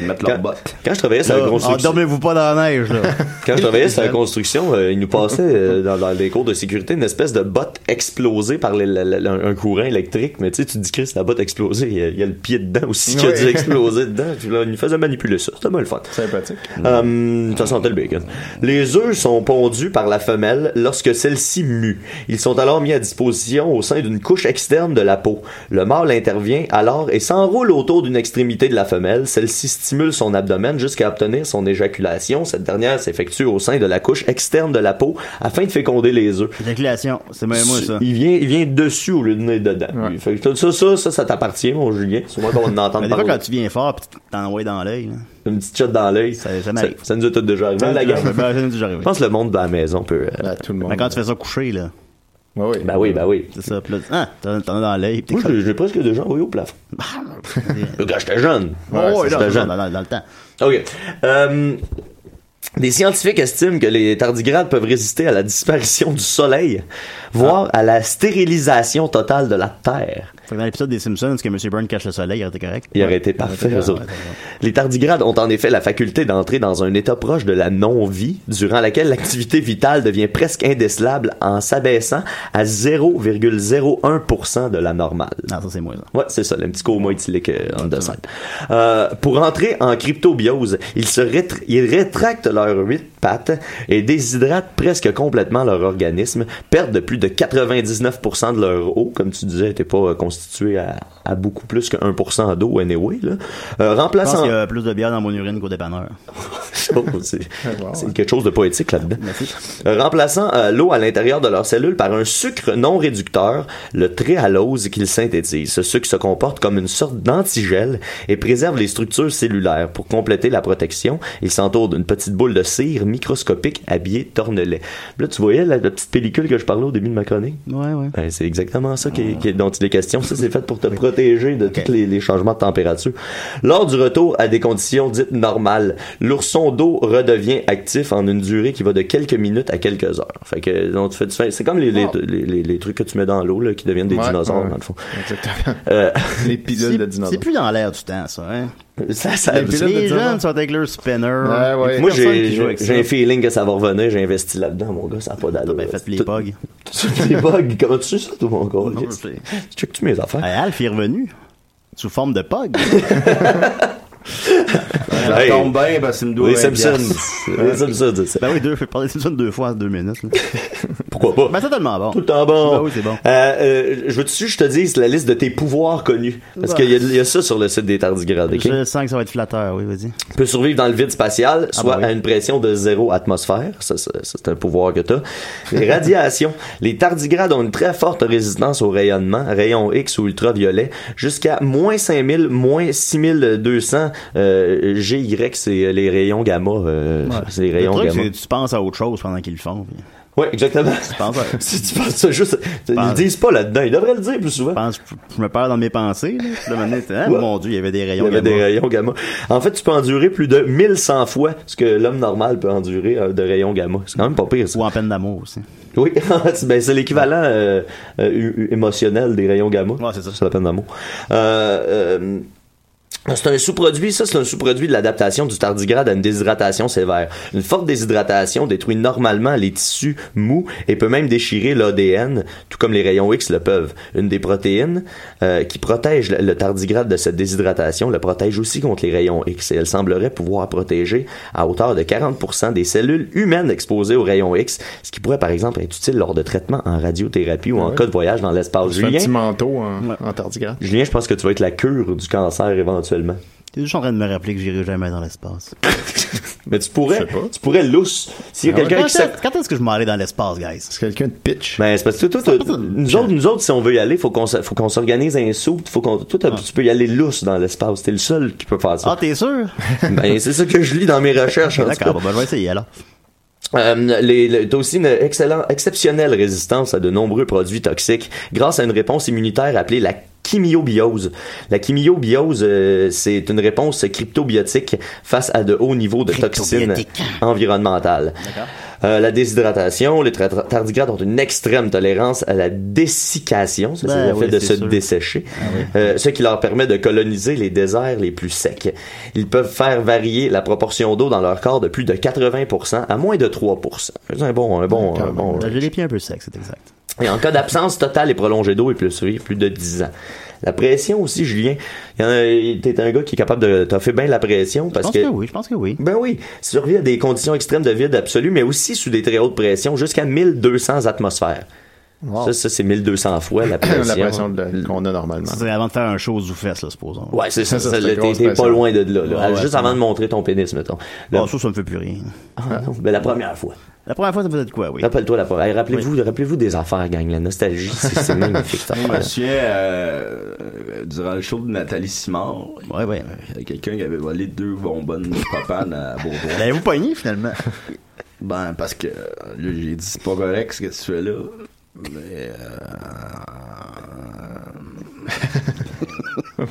Speaker 1: Ils mettent leurs
Speaker 9: Quand,
Speaker 1: bottes.
Speaker 9: quand je travaillais sur la
Speaker 7: Là,
Speaker 9: construction,
Speaker 7: Endormez-vous Ah, pas dans la neige, [LAUGHS] là.
Speaker 9: quand je travaillais sur la construction euh, il nous passait euh, dans, dans les cours de sécurité une espèce de botte explosée par le- le- le- un, un courant électrique. Mais tu sais, tu te dis, Chris, la botte explosée, il y a, il y a le pied dedans aussi qui a
Speaker 8: Oui.
Speaker 9: dû exploser dedans. Puis là, il nous faisait manipuler ça. C'était bien le fun.
Speaker 8: Sympathique.
Speaker 9: Hum, ça sentait le bacon. Les œufs sont pondus par la femelle lorsque celle-ci mue. Ils sont alors mis à disposition au sein d'une couche externe de la peau. Le mâle intervient alors et s'enroule autour d'une extrémité de la femelle. Celle-ci stimule son abdomen jusqu'à obtenir son éjaculation. Cette dernière s'effectue au sein de la couche externe de la peau afin de féconder les œufs.
Speaker 7: L'éjaculation, c'est même Eh, moi, ça.
Speaker 9: Il vient, il vient dessus au lieu de venir dedans. lui. Fait que ça, ça, ça, ça t'appartient, mon Julien. Souvent qu'on en entend
Speaker 7: Mais des fois,
Speaker 9: parler.
Speaker 7: quand tu viens fort, pis tu t'en envoies dans l'œil, là.
Speaker 9: Une petite shot dans l'œil.
Speaker 7: Ça- ça m'arrive.
Speaker 9: ça nous a tous déjà arrivé. La gang.
Speaker 7: Ben, ça nous est déjà
Speaker 9: Je
Speaker 7: arrivé.
Speaker 9: pense que le monde de la maison peut. euh,
Speaker 8: À tout le monde.
Speaker 7: Mais quand tu fais ça couché, là,
Speaker 8: Ouais, oui.
Speaker 9: Ben oui, ben oui.
Speaker 7: c'est ça, plus. Ah, t'en t'en as dans l'œil, pis t'es
Speaker 9: Moi, j'ai j'ai presque déjà envoyé au [LAUGHS] plafond. Quand j'étais jeune.
Speaker 7: Ah Ouais,
Speaker 9: Quand
Speaker 7: ouais, non,
Speaker 9: j'étais
Speaker 7: non,
Speaker 9: jeune.
Speaker 7: dans, dans- dans le temps.
Speaker 9: OK. Euh, des scientifiques estiment que les tardigrades peuvent résister à Ah. la disparition du soleil, voire à la stérilisation totale de la Terre.
Speaker 7: Fait que dans l'épisode des Simpsons, est-ce que M. Burns cache le soleil, il aurait été correct?
Speaker 9: Il aurait été parfait, eux autres. Les tardigrades ont en effet la faculté d'entrer dans un état proche de la non-vie, durant laquelle l'activité vitale devient presque indécelable en s'abaissant à 0,01% de la normale.
Speaker 7: Ah, ça, c'est moi, ça.
Speaker 9: Ouais, c'est ça, le petit coma éthylique euh, en deux euh, Pour entrer en cryptobiose, ils, se rétr- ils rétractent leurs huit pattes et déshydratent presque complètement leur organisme, perdent de plus de 99% de leur eau, comme tu disais, t'es pas euh, constitué à, à beaucoup plus que 1% d'eau, anyway, là. Euh,
Speaker 7: Je pense
Speaker 9: remplaçant...
Speaker 7: qu'il y a plus de bière dans mon urine qu'au dépanneur.
Speaker 9: Oh, c'est- c'est quelque chose de poétique là-dedans. Euh, Remplaçant euh, l'eau à l'intérieur de leurs cellules par un sucre non réducteur, le tréhalose qu'ils synthétisent. Ce sucre se comporte comme une sorte d'antigel et préserve les structures cellulaires. Pour compléter la protection, il s'entoure d'une petite boule de cire microscopique habillée de tornelets. Là, tu voyais la, la petite pellicule que je parlais au début de ma chronique?
Speaker 7: Ouais, ouais.
Speaker 9: Ben, c'est exactement ça qui, qui- dont il est question. Ça, c'est fait pour te protéger de tous les, les changements de température. Lors du retour à des conditions dites normales, l'ourson d'eau redevient actif en une durée qui va de quelques minutes à quelques heures. Fait que, donc, tu fais, tu fais- c'est comme les, les, les- les- les trucs que tu mets dans l'eau là, qui deviennent des
Speaker 7: Ouais,
Speaker 9: dinosaures,
Speaker 7: ouais.
Speaker 9: dans le fond. Euh,
Speaker 8: Exactement.
Speaker 7: [LAUGHS]
Speaker 9: les
Speaker 7: C'est- C'est plus dans l'air du temps, ça, hein?
Speaker 9: Ça, ça-
Speaker 7: les les jeunes sont avec leur spinner. Il y a
Speaker 9: Moi,
Speaker 7: personne qui
Speaker 9: j'ai
Speaker 7: joue avec
Speaker 9: j'ai un
Speaker 7: ça.
Speaker 9: feeling que ça va revenir. J'ai investi là-dedans, mon gars. Ça n'a pas d'allure. Ben, faites les bugs. [LAUGHS] les bugs. Comment tu sais ça, tout mon gars? Check-tu mes affaires?
Speaker 7: Alf est revenu. Sous forme
Speaker 9: [LAUGHS]
Speaker 7: de pog.
Speaker 1: J'en tombe bien parce qu'il me doit
Speaker 7: Oui,
Speaker 9: [LAUGHS]
Speaker 1: 20
Speaker 9: Les Simpsons, c'est ça.
Speaker 7: Ben oui, deux, je vais parler des Simpsons deux fois en deux minutes. là.
Speaker 9: Pourquoi pas?
Speaker 7: Ben, c'est tellement bon.
Speaker 9: Tout le temps bon.
Speaker 7: Ben oui, c'est bon.
Speaker 9: Euh, euh, je veux-tu que je te dise la liste de tes pouvoirs connus? Parce
Speaker 7: Ouais.
Speaker 9: qu'il y, a- il y a ça sur le site des tardigrades, ok?
Speaker 7: Je sens que ça va être flatteur, oui, vas-y.
Speaker 9: peut survivre dans le vide spatial,
Speaker 7: Ah
Speaker 9: soit
Speaker 7: bah oui.
Speaker 9: à une pression de zéro atmosphère. Ça, ça, ça, c'est un pouvoir que t'as. Les
Speaker 7: [LAUGHS]
Speaker 9: radiations. les tardigrades ont une très forte résistance au rayonnement, rayon X ou ultraviolet, jusqu'à moins 5000, moins 6200 euh, GY, c'est les rayons gamma. euh, C'est les
Speaker 7: Le
Speaker 9: rayons
Speaker 7: truc,
Speaker 9: gamma.
Speaker 7: c'est que tu penses à autre chose pendant qu'ils le font. puis-
Speaker 9: Ouais, exactement. [LAUGHS] si tu penses ça juste, ils le disent pas là-dedans. Ils devraient le dire plus souvent.
Speaker 7: Je pense, je me perds dans mes pensées. Là. Puis là, maintenant, c'est, ah,
Speaker 9: Ouais.
Speaker 7: mon Dieu, il y avait des
Speaker 9: Il
Speaker 7: rayons.
Speaker 9: y avait
Speaker 7: gamma.
Speaker 9: des rayons gamma. En fait, tu peux endurer plus de 1100 fois ce que l'homme normal peut endurer euh, de rayons gamma. C'est quand même pas pire.
Speaker 7: Ou en peine d'amour aussi.
Speaker 9: Oui, [LAUGHS] c'est- ben, c'est l'équivalent euh, euh, u- u- émotionnel des rayons gamma. c'est ça. la peine d'amour. Euh, euh, c'est un sous-produit, ça c'est un sous-produit de l'adaptation du tardigrade à une déshydratation sévère. Une forte déshydratation détruit normalement les tissus mous et peut même déchirer l'ADN, tout comme les rayons X le peuvent. Une des protéines euh, qui protège le- le tardigrade de cette déshydratation le protège aussi contre les rayons X et elle semblerait pouvoir protéger à hauteur de 40% des cellules humaines exposées aux rayons X, ce qui pourrait par exemple être utile lors de traitements en radiothérapie ou en
Speaker 8: Ouais.
Speaker 9: cas de voyage dans l'espace.
Speaker 8: Je fais un petit
Speaker 9: Julien,
Speaker 8: manteau en, en tardigrade.
Speaker 9: Julien, je pense que tu vas être la cure du cancer éventuellement.
Speaker 7: T'es juste en train de me rappeler que j'irai jamais dans l'espace.
Speaker 9: Mais tu pourrais, tu pourrais lousse. S'il y a
Speaker 7: Ah ouais.
Speaker 9: quelqu'un
Speaker 7: Quand
Speaker 9: qui
Speaker 7: est-ce-
Speaker 9: s'a-
Speaker 7: Quand est-ce que je m'en allais dans l'espace, guys?
Speaker 8: C'est quelqu'un de pitch.
Speaker 9: Ben, c'est parce que toi, toi, toi, nous autres, nous autres, si on veut y aller, faut qu'on, s- faut qu'on s'organise un soupe. Faut qu'on, toi, t'as- tu peux y aller lousse dans l'espace. T'es le seul qui peut faire ça.
Speaker 7: Ah,
Speaker 9: [LAUGHS]
Speaker 7: t'es sûr?
Speaker 9: Ben, c'est ça que je lis dans mes recherches. en tout
Speaker 7: D'accord,
Speaker 9: cas.
Speaker 7: bon, ben, je vais essayer alors.
Speaker 9: Euh, les, le- t'as aussi une excellente, exceptionnelle résistance à de nombreux produits toxiques grâce à une réponse immunitaire appelée la chimiobiose. La chimiobiose, euh, c'est une réponse cryptobiotique face à de hauts niveaux de toxines environnementales. Euh, la déshydratation, les tra- tra- tardigrades ont une extrême tolérance à la dessiccation, ça, c'est
Speaker 7: Ben
Speaker 9: le fait
Speaker 7: oui,
Speaker 9: de
Speaker 7: c'est
Speaker 9: se
Speaker 7: sûr.
Speaker 9: dessécher, euh, ce qui leur permet de coloniser les déserts les plus secs. Ils peuvent faire varier la proportion d'eau dans leur corps de plus de 80% à moins de 3%. C'est un bon, un bon, un bon.
Speaker 7: Ben, J'ai les pieds un peu secs, c'est exact.
Speaker 9: Et en cas d'absence totale et prolongée d'eau, il peut survivre plus de 10 ans. La pression aussi, Julien. Il y en a- T'es un gars qui est capable de. T'as fait bien la pression
Speaker 7: Je
Speaker 9: parce
Speaker 7: pense que oui, je pense que oui.
Speaker 9: ben oui, survit à des conditions extrêmes de vide absolu, mais aussi sous des très hautes pressions, jusqu'à 1200 atmosphères. Ça, ça, c'est 1200 fois la pression.
Speaker 8: [LAUGHS] la pression de- qu'on a normalement.
Speaker 7: Ça, C'est avant de faire un show aux fesses, là, supposons.
Speaker 9: Ouais, c'est ça.
Speaker 8: Ça,
Speaker 9: ça,
Speaker 8: c'est
Speaker 9: là,
Speaker 8: une grosse
Speaker 9: T'es t'es pas
Speaker 8: pression.
Speaker 9: loin de là. là.
Speaker 7: Ouais, ouais,
Speaker 9: Juste
Speaker 7: ouais.
Speaker 9: avant de montrer ton pénis, mettons. Le-
Speaker 7: Bon, ça, ça me fait plus rien.
Speaker 9: Ah, non, [LAUGHS] ben, la première fois.
Speaker 7: La première fois, ça me faisait de quoi, oui?
Speaker 9: Rappelle-toi la première. Hey, rappelez-vous, rappelez-vous des affaires, gang. La nostalgie, c'est
Speaker 1: [LAUGHS]
Speaker 9: c'est magnifique. cette
Speaker 1: Hey,
Speaker 9: affaire-là.
Speaker 1: monsieur, euh, euh, durant le show de Nathalie Simard,
Speaker 7: Ouais, ouais.
Speaker 1: il y a quelqu'un qui avait volé deux bonbonnes de propane à Bourgoin.
Speaker 7: L'avez-vous pogné, finalement?
Speaker 1: Ben, parce que euh, là, j'ai dit, c'est pas correct ce que tu fais là. Mais. [LAUGHS] euh,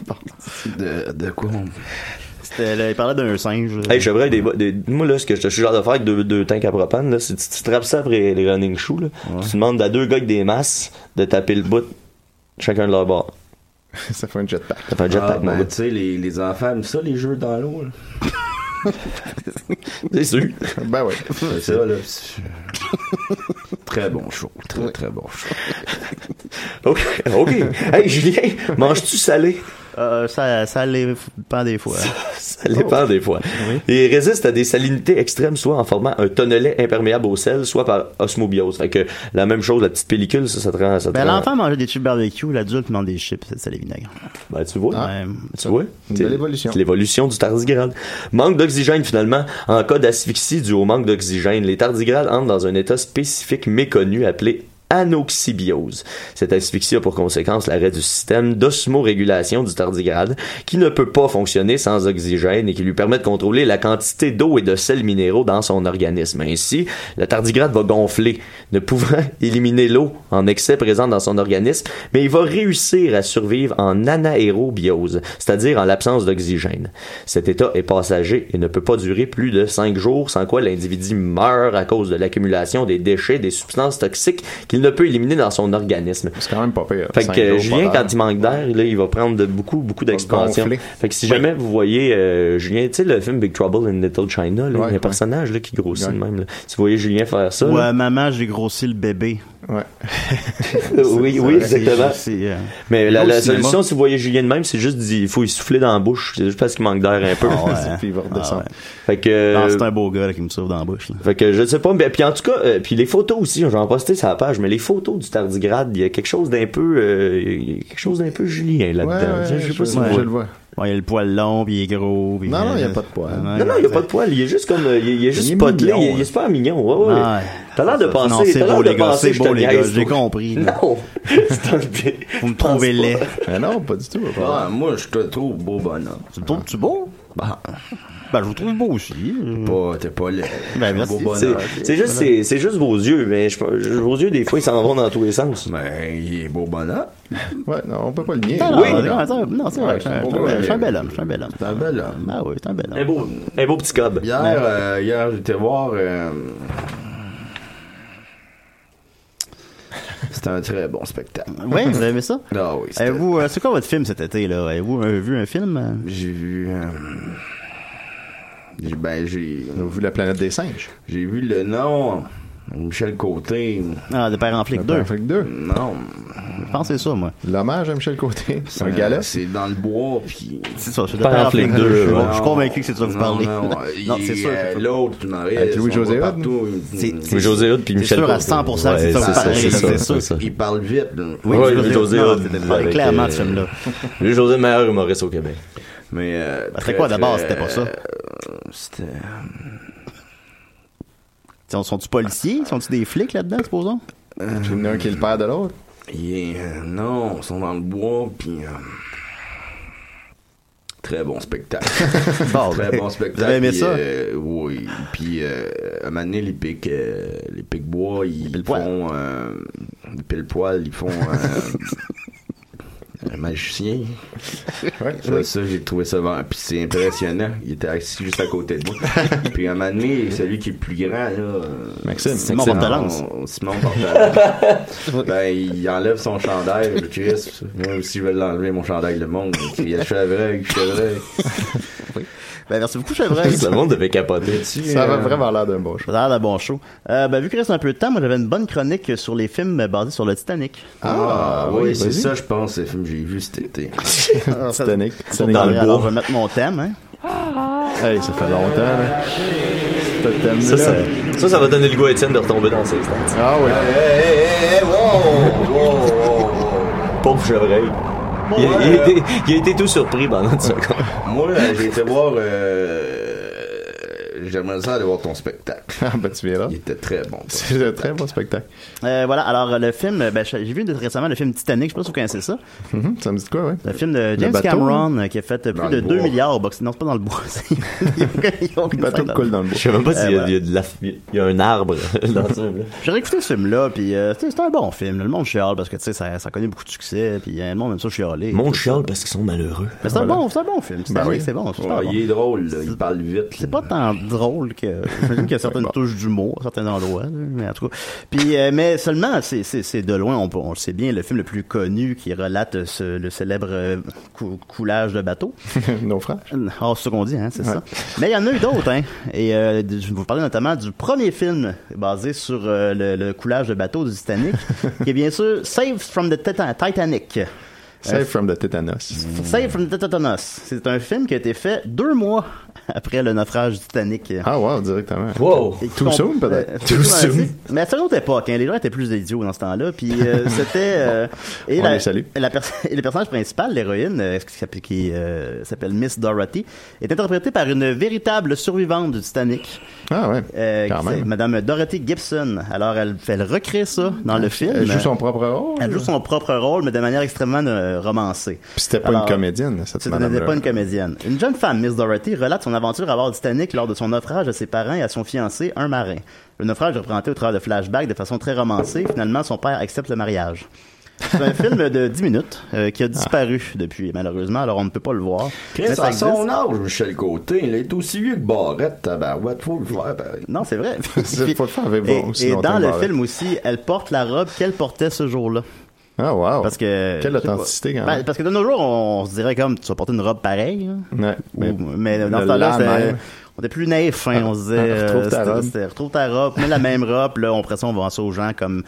Speaker 1: de, de quoi on.
Speaker 7: C'était, Euh, là, il parlait d'un singe. là.
Speaker 9: Hey, chevreuil, des, bo- des, moi, là, ce que je te suggère de faire avec deux, deux tanks à propane, là, c'est que tu tu trappes ça après les running shoes, là. Tu demandes à deux gars avec des masses de taper le bout, chacun de leur bord.
Speaker 8: [LAUGHS] ça fait un jetpack.
Speaker 9: Ça fait un jetpack,
Speaker 1: Ah,
Speaker 9: mon
Speaker 1: ben,
Speaker 9: gars.
Speaker 1: tu sais, les, les enfants aiment ça, les jeux dans l'eau.
Speaker 9: [LAUGHS] C'est sûr. [LAUGHS]
Speaker 8: Ben oui.
Speaker 1: C'est ça, là. C'est- très bon show. Très, très bon show.
Speaker 9: OK. OK. Hey, Julien, manges-tu salé?
Speaker 7: Euh, ça, ça dépend
Speaker 9: [LAUGHS]
Speaker 7: des fois.
Speaker 9: Ça
Speaker 7: Oh.
Speaker 9: dépend des fois. Il résiste à des salinités extrêmes, soit en formant un tonnelet imperméable au sel, soit par osmobiose. Fait que la même chose, la petite pellicule, ça, ça te rend. Ça te
Speaker 7: Ben,
Speaker 9: rend-
Speaker 7: l'enfant mangeait des chips barbecue, l'adulte mange des chips, c'est Euh, les vinaigres.
Speaker 9: Ben, tu vois.
Speaker 7: Ouais,
Speaker 9: Tu vois?
Speaker 8: Une
Speaker 9: C'est-
Speaker 8: belle évolution.
Speaker 9: c'est L'évolution du tardigrade. Manque d'oxygène, finalement. En cas d'asphyxie due au manque d'oxygène, les tardigrades entrent dans un état spécifique méconnu appelé anoxybiose. Cette asphyxie a pour conséquence l'arrêt du système d'osmorégulation du tardigrade qui ne peut pas fonctionner sans oxygène et qui lui permet de contrôler la quantité d'eau et de sels minéraux dans son organisme. Ainsi, le tardigrade va gonfler, ne pouvant [LAUGHS] éliminer l'eau en excès présente dans son organisme, mais il va réussir à survivre en anaérobiose, c'est-à-dire en l'absence d'oxygène. Cet état est passager et ne peut pas durer plus de cinq jours, sans quoi l'individu meurt à cause de l'accumulation des déchets, des substances toxiques qu'il ne peut éliminer dans son organisme.
Speaker 8: C'est quand même pas pire.
Speaker 9: Fait
Speaker 8: Cinq
Speaker 9: que euh,
Speaker 8: jours
Speaker 9: Julien,
Speaker 8: par an.
Speaker 9: quand il manque d'air, là, il va prendre de beaucoup, beaucoup d'expansion.
Speaker 8: gonfler.
Speaker 9: Fait que si jamais vous voyez euh, Julien, tu sais, le film Big Trouble in Little China, là, il y a un
Speaker 8: ouais.
Speaker 9: personnage là, qui grossit
Speaker 8: Ouais.
Speaker 9: de même. là. Si vous voyez Julien faire ça, [LAUGHS]
Speaker 7: Ouais,
Speaker 9: là,
Speaker 7: euh, maman, j'ai grossi le bébé.
Speaker 8: Ouais.
Speaker 9: oui, oui, exactement.
Speaker 7: euh,
Speaker 9: Mais la,
Speaker 8: Là, au
Speaker 9: la
Speaker 8: cinéma.
Speaker 9: solution, si vous voyez Julien de même, c'est juste d'y- il faut y souffler dans la bouche. C'est juste parce qu'il manque d'air un peu. [LAUGHS]
Speaker 8: [LAUGHS] Puis il va redescendre.
Speaker 9: ah Fait que.
Speaker 7: ah, c'est un beau gars là, qui me souffle dans la bouche. là.
Speaker 9: Fait que je sais pas, mais puis en tout cas, euh, puis les photos aussi, j'en ai posté sur la page, mais les photos du tardigrade, il y a quelque chose d'un peu, euh, il y a quelque chose d'un peu Julien là-dedans.
Speaker 8: Ouais,
Speaker 9: je,
Speaker 8: ouais,
Speaker 9: je sais pas si
Speaker 8: je
Speaker 9: vous
Speaker 8: je
Speaker 9: voyez.
Speaker 8: le vois.
Speaker 7: Ouais, il a le poil long, puis il est gros. puis- euh,
Speaker 8: Non, non, il y a pas de poil.
Speaker 7: Ouais,
Speaker 9: Non, non, il n'y a pas de poil. Il est juste comme. euh, Il est, il est juste
Speaker 8: est
Speaker 9: potelé.
Speaker 8: mignon,
Speaker 9: Il est- il est super mignon. Ouais, ouais.
Speaker 7: Ah, Ouais.
Speaker 9: T'as l'air de
Speaker 7: Non,
Speaker 9: penser.
Speaker 7: c'est
Speaker 9: t'as l'air
Speaker 7: beau,
Speaker 9: de
Speaker 7: les gars,
Speaker 9: penser
Speaker 7: c'est
Speaker 9: que je
Speaker 7: beau,
Speaker 9: te
Speaker 7: les gars,
Speaker 9: niaise,
Speaker 7: j'ai
Speaker 9: toi.
Speaker 7: compris, là.
Speaker 9: Non. [LAUGHS] C'est un bit.
Speaker 7: Vous me
Speaker 9: Je pense
Speaker 7: trouvez
Speaker 9: pas.
Speaker 7: laid.
Speaker 8: Mais non, pas du tout. pas
Speaker 1: Ah, moi, je te trouve beau bonhomme.
Speaker 7: Tu me trouves-tu beau?
Speaker 1: Bah,
Speaker 7: Ben, je vous trouve beau aussi.
Speaker 1: pas- t'es pas laid.
Speaker 7: Ben, merci.
Speaker 1: Beau
Speaker 9: C'est-
Speaker 1: bonhomme.
Speaker 9: C'est juste, c'est- c'est juste vos yeux, mais je, je- vos yeux, des fois, ils s'en vont dans tous les sens.
Speaker 1: Ben, il est beau bonhomme.
Speaker 8: Ouais, non, on peut pas le nier.
Speaker 7: Non, non,
Speaker 8: non.
Speaker 7: non, attends, non, c'est vrai.
Speaker 8: Ouais,
Speaker 7: je suis un-
Speaker 8: bon,
Speaker 7: je suis un-
Speaker 8: ouais.
Speaker 7: je suis un bel homme. Je suis un bel homme.
Speaker 1: C'est un bel homme.
Speaker 7: Ah oui, c'est un bel
Speaker 9: Un
Speaker 7: homme.
Speaker 9: beau, un beau petit cob.
Speaker 1: Hier, euh, hier j'étais voir. euh, [LAUGHS] C'était un très bon spectacle.
Speaker 9: Eh.
Speaker 7: Oui, vous avez aimé ça?
Speaker 1: Ah oui, c'était-
Speaker 7: Avez-vous, euh, c'est quoi votre film cet été, là? Avez-vous euh, vu un film? euh?
Speaker 1: J'ai vu. euh, j'ai- Ben, j'ai.
Speaker 8: On a vu la planète des singes.
Speaker 1: J'ai vu le nom. Michel Côté.
Speaker 7: Ah, de Père en flic 2.
Speaker 8: Afrique 2.
Speaker 1: Non.
Speaker 7: Je pense que c'est ça, moi.
Speaker 8: L'hommage à Michel Côté. C'est un
Speaker 1: euh,
Speaker 8: gala.
Speaker 1: C'est dans le bois, puis.
Speaker 7: C'est ça, c'est de
Speaker 9: Père en
Speaker 7: Père en
Speaker 9: flic
Speaker 7: flic
Speaker 9: 2,
Speaker 7: 2. Je suis-
Speaker 9: ouais.
Speaker 7: Je suis convaincu que c'est de ça que vous parlez.
Speaker 1: Non, non,
Speaker 7: Non,
Speaker 1: il-
Speaker 7: c'est sûr.
Speaker 1: euh, L'autre, tu m'en
Speaker 8: Avec Louis-José Hood?
Speaker 7: C'est-
Speaker 9: Oui, José Hood puis
Speaker 7: C'est
Speaker 9: Michel
Speaker 7: sûr à
Speaker 9: Côté.
Speaker 7: 100% que Eh, c'est ça, pareil,
Speaker 9: c'est
Speaker 7: là,
Speaker 9: ça,
Speaker 7: c'est
Speaker 9: c'est
Speaker 7: sûr.
Speaker 9: ça.
Speaker 1: Il parle vite, là.
Speaker 7: Oui,
Speaker 9: Ouais,
Speaker 7: je veux dire,
Speaker 9: José
Speaker 7: non,
Speaker 9: Hood.
Speaker 7: c'était-
Speaker 9: Avec,
Speaker 7: Clairement,
Speaker 9: euh,
Speaker 7: ce film-là.
Speaker 9: Louis José, meilleur humoriste au Québec.
Speaker 1: Mais. euh,
Speaker 7: Ben,
Speaker 1: très,
Speaker 7: C'était quoi d'abord?
Speaker 1: très- euh,
Speaker 7: C'était pas ça.
Speaker 1: C'était.
Speaker 7: Sont- Sont-tu policiers? Sont-tu des flics là-dedans, supposons?
Speaker 8: Puis il y en a un qui est le père de l'autre.
Speaker 1: Il est, euh, non, ils sont dans le bois, puis. euh, très bon spectacle.
Speaker 7: [LAUGHS] Bon,
Speaker 1: très [LAUGHS]
Speaker 7: ben,
Speaker 1: bon spectacle.
Speaker 7: Vous avez aimé
Speaker 1: puis,
Speaker 7: ça?
Speaker 1: euh, oui. Puis, euh, à un moment donné, les pics, euh, les pics bois, ils
Speaker 7: pile-poils.
Speaker 1: font. euh, les pile-poils, ils font.
Speaker 7: [LAUGHS]
Speaker 1: euh, un magicien.
Speaker 8: Ouais,
Speaker 1: Ça, ça, j'ai trouvé ça vraiment. Puis c'est impressionnant. Il était assis juste à côté
Speaker 8: [LAUGHS]
Speaker 1: de moi. puis à un moment donné, celui qui est le plus grand, là. euh,
Speaker 8: Maxime.
Speaker 7: Simon Portalance.
Speaker 1: Simon- Simon
Speaker 8: [LAUGHS]
Speaker 1: Portalance. ben, il enlève son chandail, le Chris. Moi aussi, je vais l'enlever, mon chandail, le monde. Il y a chevreuil, chevreuil.
Speaker 7: Ben, merci
Speaker 1: [LAUGHS]
Speaker 7: beaucoup, Chevreuil.
Speaker 9: Le monde devait capoter.
Speaker 8: Ça
Speaker 1: hein.
Speaker 8: avait vraiment l'air d'un bon
Speaker 9: [LAUGHS]
Speaker 7: Ça
Speaker 8: choix.
Speaker 7: a l'air d'un bon show. Euh, ben, vu qu'il reste un peu de temps, moi j'avais une bonne chronique sur les films basés sur le Titanic.
Speaker 1: Ah, oui,
Speaker 8: oui,
Speaker 1: c'est
Speaker 8: vas-y.
Speaker 1: ça, je pense, le film que j'ai vu cet été.
Speaker 8: Titanic. Titanic
Speaker 7: Alors,
Speaker 9: le bois.
Speaker 7: alors, je vais mettre mon thème. Hein.
Speaker 8: Hey, ça fait longtemps, là. Cet thème-là.
Speaker 9: Ça, ça, ça, ça va donner le goût à Étienne de retomber dans ses instances.
Speaker 8: Ah oui.
Speaker 9: Pauvre Chevreuil. Il, a- il a été, il a été tout surpris pendant une seconde.
Speaker 1: Moi, euh, j'ai été voir. euh, J'aimerais ça aller voir ton spectacle.
Speaker 8: [LAUGHS] Ah, ben tu viens là.
Speaker 1: Il était très bon. toi.
Speaker 8: C'est un très bon spectacle.
Speaker 7: Euh, voilà, alors le film, ben, j'ai j'ai vu récemment le film Titanic, je sais pas si vous connaissez ça.
Speaker 8: Mhm, ça me dit de quoi, ouais?
Speaker 7: Le film de
Speaker 8: Le
Speaker 7: James
Speaker 8: bateau,
Speaker 7: Cameron euh, qui a fait euh,
Speaker 1: Dans
Speaker 7: plus
Speaker 1: le
Speaker 7: de
Speaker 1: bois.
Speaker 7: 2 milliards au box. Non, c'est pas dans le bois. [LAUGHS]
Speaker 8: [LAUGHS]
Speaker 7: Ils ont- ils ont-
Speaker 8: Le bateau qui coule dans le bois.
Speaker 9: Je sais même pas
Speaker 7: Euh,
Speaker 9: s'il y, a-
Speaker 7: voilà.
Speaker 9: il y a de la- il y a un arbre dans ce film.
Speaker 7: J'ai réécouté ce film-là, puis euh, c'est c'est un bon film. là. Le monde chiale parce que tu sais, ça, ça connaît beaucoup de succès, puis euh, le monde aime ça chialer.
Speaker 9: Mon
Speaker 7: Tout ça.
Speaker 9: chial parce qu'ils sont malheureux.
Speaker 7: Mais c'est un,
Speaker 8: Voilà. Ben
Speaker 7: bon, c'est un bon film. Titanic,
Speaker 8: oui.
Speaker 1: Ah,
Speaker 8: Oh,
Speaker 7: C'est bon, c'est super
Speaker 1: Ouais,
Speaker 7: bon.
Speaker 1: il est drôle, là, il parle vite. là.
Speaker 7: C'est pas tant drôle, drôle que. J'imagine qu'il y a
Speaker 8: [LAUGHS]
Speaker 7: certaines touches d'humour à certains endroits, là, mais en tout cas. Puis, euh, mais seulement, c'est- c'est c'est de loin, on, peut- on le sait bien, le film le plus connu qui relate ce- le célèbre euh, cou- coulage de bateau.
Speaker 8: [LAUGHS] Naufrage.
Speaker 7: Ah, c'est ce qu'on dit, hein, c'est
Speaker 8: Ouais.
Speaker 7: ça. Mais il y en a eu d'autres, hein. Et euh, je vais vous parler notamment du premier film basé sur euh, le, le coulage de bateau du Titanic, qui est bien sûr Save from the Titan- Titanic.
Speaker 8: Save from the Tetanus.
Speaker 7: Save from the Tetanus. C'est un film qui a été fait deux mois après le naufrage du Titanic.
Speaker 8: Ah, wow, directement.
Speaker 7: Et qui
Speaker 8: Too
Speaker 7: comp-
Speaker 8: soon,
Speaker 7: euh,
Speaker 8: peut-être.
Speaker 7: too soon. Mais c'est une autre époque. hein. Les gens étaient plus idiots dans ce temps-là. Puis
Speaker 8: [LAUGHS]
Speaker 7: euh, c'était. euh, et,
Speaker 8: On
Speaker 7: la,
Speaker 8: les salue.
Speaker 7: et la pers- [LAUGHS] et le personnage principal, l'héroïne, euh, qui s'appelle- qui euh, s'appelle Miss Dorothy, est interprétée par une véritable survivante du Titanic.
Speaker 8: Ah, ouais.
Speaker 7: Euh,
Speaker 8: Quand
Speaker 7: qui c'est
Speaker 8: même.
Speaker 7: Madame Dorothy Gibson. Alors elle, elle recrée ça dans le film.
Speaker 8: Ah, Elle joue son propre rôle.
Speaker 7: Elle joue son propre rôle, mais de manière extrêmement euh, romancée.
Speaker 8: Puis c'était pas
Speaker 7: Alors,
Speaker 8: une comédienne, cette
Speaker 7: C'était
Speaker 8: madame-là.
Speaker 7: pas une comédienne. Une jeune femme, Miss Dorothy, relate son aventure à bord du Titanic lors de son naufrage à ses parents et à son fiancé, un marin. Le naufrage est représenté au travers de flashbacks de façon très romancée. Finalement, son père accepte le mariage. C'est un film de 10 minutes euh,
Speaker 8: Ah.
Speaker 7: qui a disparu depuis, malheureusement, alors on ne peut pas le voir. Mais
Speaker 1: Chris,
Speaker 7: ça
Speaker 1: à son
Speaker 7: existe.
Speaker 1: âge, Michel Côté, il est aussi vieux que Barrette, tabarouette, faut le faire, pareil.
Speaker 7: Non, c'est vrai.
Speaker 8: [LAUGHS] C'est pas le faire avec
Speaker 7: Et,
Speaker 8: bon, aussi
Speaker 7: et
Speaker 8: longtemps,
Speaker 7: dans le
Speaker 8: bah, ouais.
Speaker 7: film aussi, elle porte la robe qu'elle portait ce jour-là.
Speaker 8: Ah, wow.
Speaker 7: Parce que.
Speaker 8: Quelle
Speaker 7: je sais pas.
Speaker 8: authenticité, quand
Speaker 7: Ben,
Speaker 8: même.
Speaker 7: parce que de nos jours, on, se dirait comme tu vas porter une robe pareille. là.
Speaker 8: Ouais,
Speaker 7: ben,
Speaker 8: mais-
Speaker 7: Ou- mais dans
Speaker 8: Le
Speaker 7: ce temps-là,
Speaker 8: la
Speaker 7: c'était-
Speaker 8: même.
Speaker 7: on était plus naïf. hein, on se disait,
Speaker 8: Ah, retrouve ta
Speaker 7: c'était-
Speaker 8: robe.
Speaker 7: c'était, retrouve ta robe, mets la même robe. Là, on, après ça, on vend ça aux gens comme,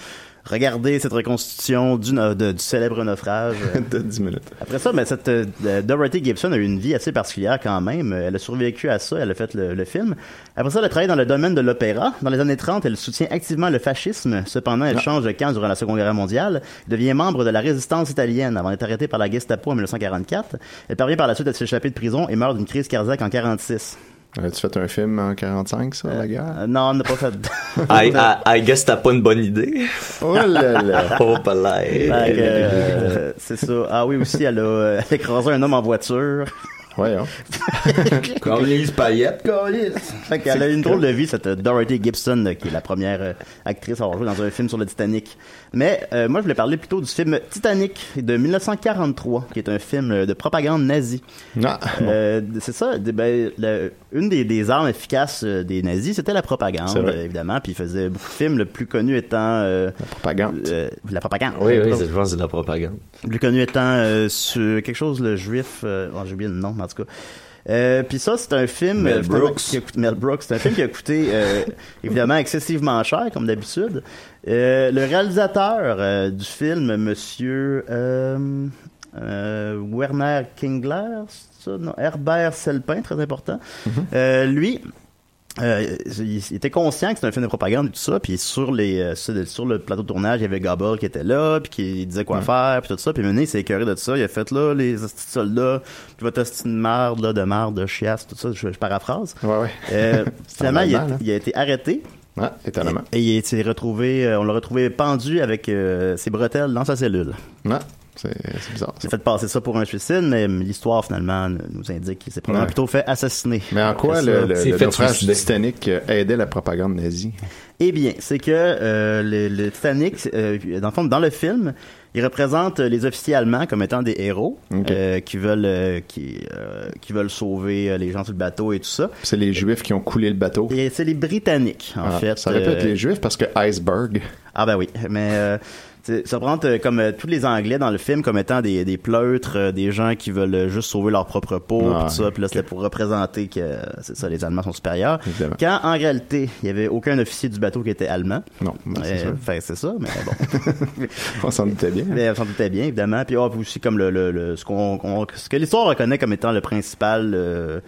Speaker 7: regardez cette reconstitution du, na- de- du célèbre naufrage. euh,
Speaker 8: [LAUGHS] de 10 minutes.
Speaker 7: Après ça, mais cette euh, Dorothy Gibson a eu une vie assez particulière quand même. Euh, Elle a survécu à ça, elle a fait le, le film. Après ça, elle a travaillé dans le domaine de l'opéra. Dans les années 30, elle soutient activement le fascisme. Cependant, elle change de camp durant la Seconde Guerre mondiale, devient membre de la résistance italienne avant d'être arrêtée par la Gestapo en 1944. Elle parvient par la suite à s'échapper de prison et meurt d'une crise cardiaque en 46.
Speaker 8: As-tu fait un film en 45, ça, la guerre?
Speaker 7: Euh, non, on n'a pas fait...
Speaker 9: I, I, I guess t'as pas une bonne idée.
Speaker 8: Oh là là!
Speaker 9: Oh, pas l'air.
Speaker 7: [LAUGHS] Fait que, euh, c'est ça. Ah oui, aussi, elle a euh, [LAUGHS] écrasé un homme en voiture.
Speaker 8: Voyons.
Speaker 1: Comme les paillettes, Calis.
Speaker 7: Fait qu'elle a une drôle de vie, cette euh, Dorothy Gibson, euh, qui est la première euh, actrice à avoir joué dans un film sur le Titanic. Mais euh, moi, je voulais parler plutôt du film Titanic de 1943, qui est un film euh, de propagande nazie.
Speaker 8: Ah, bon.
Speaker 7: Euh, c'est ça. des- ben, le- une des, des armes efficaces euh, des nazis, c'était la propagande,
Speaker 8: C'est vrai.
Speaker 7: euh, évidemment. Puis ils faisaient beaucoup de films, le plus connu étant... euh,
Speaker 8: propagande.
Speaker 7: euh, la propagande.
Speaker 9: Oui, oui, c'est- je pense que c'est de la propagande.
Speaker 7: Le plus connu étant euh, sur quelque chose, le juif. euh, oh, J'ai oublié le nom, mais en tout cas. Euh, Puis ça, c'est un film.
Speaker 1: Mel
Speaker 7: euh, finalement,
Speaker 1: Brooks.
Speaker 7: Qui a coûté- Mel Brooks. C'est un film qui a coûté,
Speaker 9: [LAUGHS]
Speaker 7: euh, évidemment, excessivement cher, comme d'habitude. Euh, le réalisateur euh, du film, monsieur euh, euh, Werner Kingler, c'est ça? Non, Herbert Selpin, très important.
Speaker 9: Mm-hmm.
Speaker 7: Euh, lui, euh, il il était conscient que c'était un film de propagande et tout ça, puis sur les euh, sur sur le plateau de tournage, il y avait Gobble qui était là, puis qui disait quoi faire, puis tout ça, puis maintenant il s'est écœuré de tout ça, il a fait là les hosties de soldats, puis votre hostie de merde là, de merde, de chiasse, tout ça, je, je paraphrase.
Speaker 8: Ouais, ouais. [LAUGHS]
Speaker 7: Euh, finalement, il a,
Speaker 8: Normal, hein.
Speaker 7: il a été arrêté.
Speaker 8: Ah, étonnamment.
Speaker 7: Et, et il s'est retrouvé, euh, on l'a retrouvé pendu avec euh, ses bretelles dans sa cellule.
Speaker 8: Non, c'est c'est bizarre. ça.
Speaker 7: Il a fait passer ça pour un suicide, mais hum, l'histoire finalement nous indique qu'il s'est probablement
Speaker 8: Ouais.
Speaker 7: plutôt fait assassiner.
Speaker 8: Mais en quoi
Speaker 7: Après ça,
Speaker 8: le, le,
Speaker 9: C'est
Speaker 8: le
Speaker 9: fait
Speaker 8: naufrage
Speaker 9: suicider.
Speaker 8: du Titanic euh, aidait la propagande nazie?
Speaker 7: Eh bien, c'est que euh, le, le Titanic, euh, dans le fond, dans le film, il représente euh, les officiers allemands comme étant des héros
Speaker 8: Ok.
Speaker 7: euh, qui veulent euh, qui, euh, qui veulent sauver euh, les gens sur le bateau et tout ça.
Speaker 8: C'est les Juifs qui ont coulé le bateau.
Speaker 7: Et c'est les Britanniques, en
Speaker 8: Ah,
Speaker 7: fait.
Speaker 8: ça répète
Speaker 7: euh,
Speaker 8: les Juifs parce que iceberg. [LAUGHS]
Speaker 7: Ah ben oui, mais euh, c'est- ça prend euh, comme euh, tous les Anglais dans le film comme étant des, des pleutres, euh, des gens qui veulent euh, juste sauver leur propre peau,
Speaker 8: Ah,
Speaker 7: pis tout ça. Puis là, c'était pour représenter que euh, c'est ça, les Allemands sont supérieurs.
Speaker 8: Évidemment.
Speaker 7: Quand en réalité, il y avait aucun officier du bateau qui était allemand.
Speaker 8: Non, ben, c'est
Speaker 7: Euh,
Speaker 8: sûr.
Speaker 7: fait que c'est ça, mais bon.
Speaker 8: On s'en doutait bien.
Speaker 7: Mais on s'en doutait bien, évidemment. Puis, ah, puis aussi, comme le, le, le- ce, qu'on, qu'on- ce que l'histoire reconnaît comme étant le principal. euh,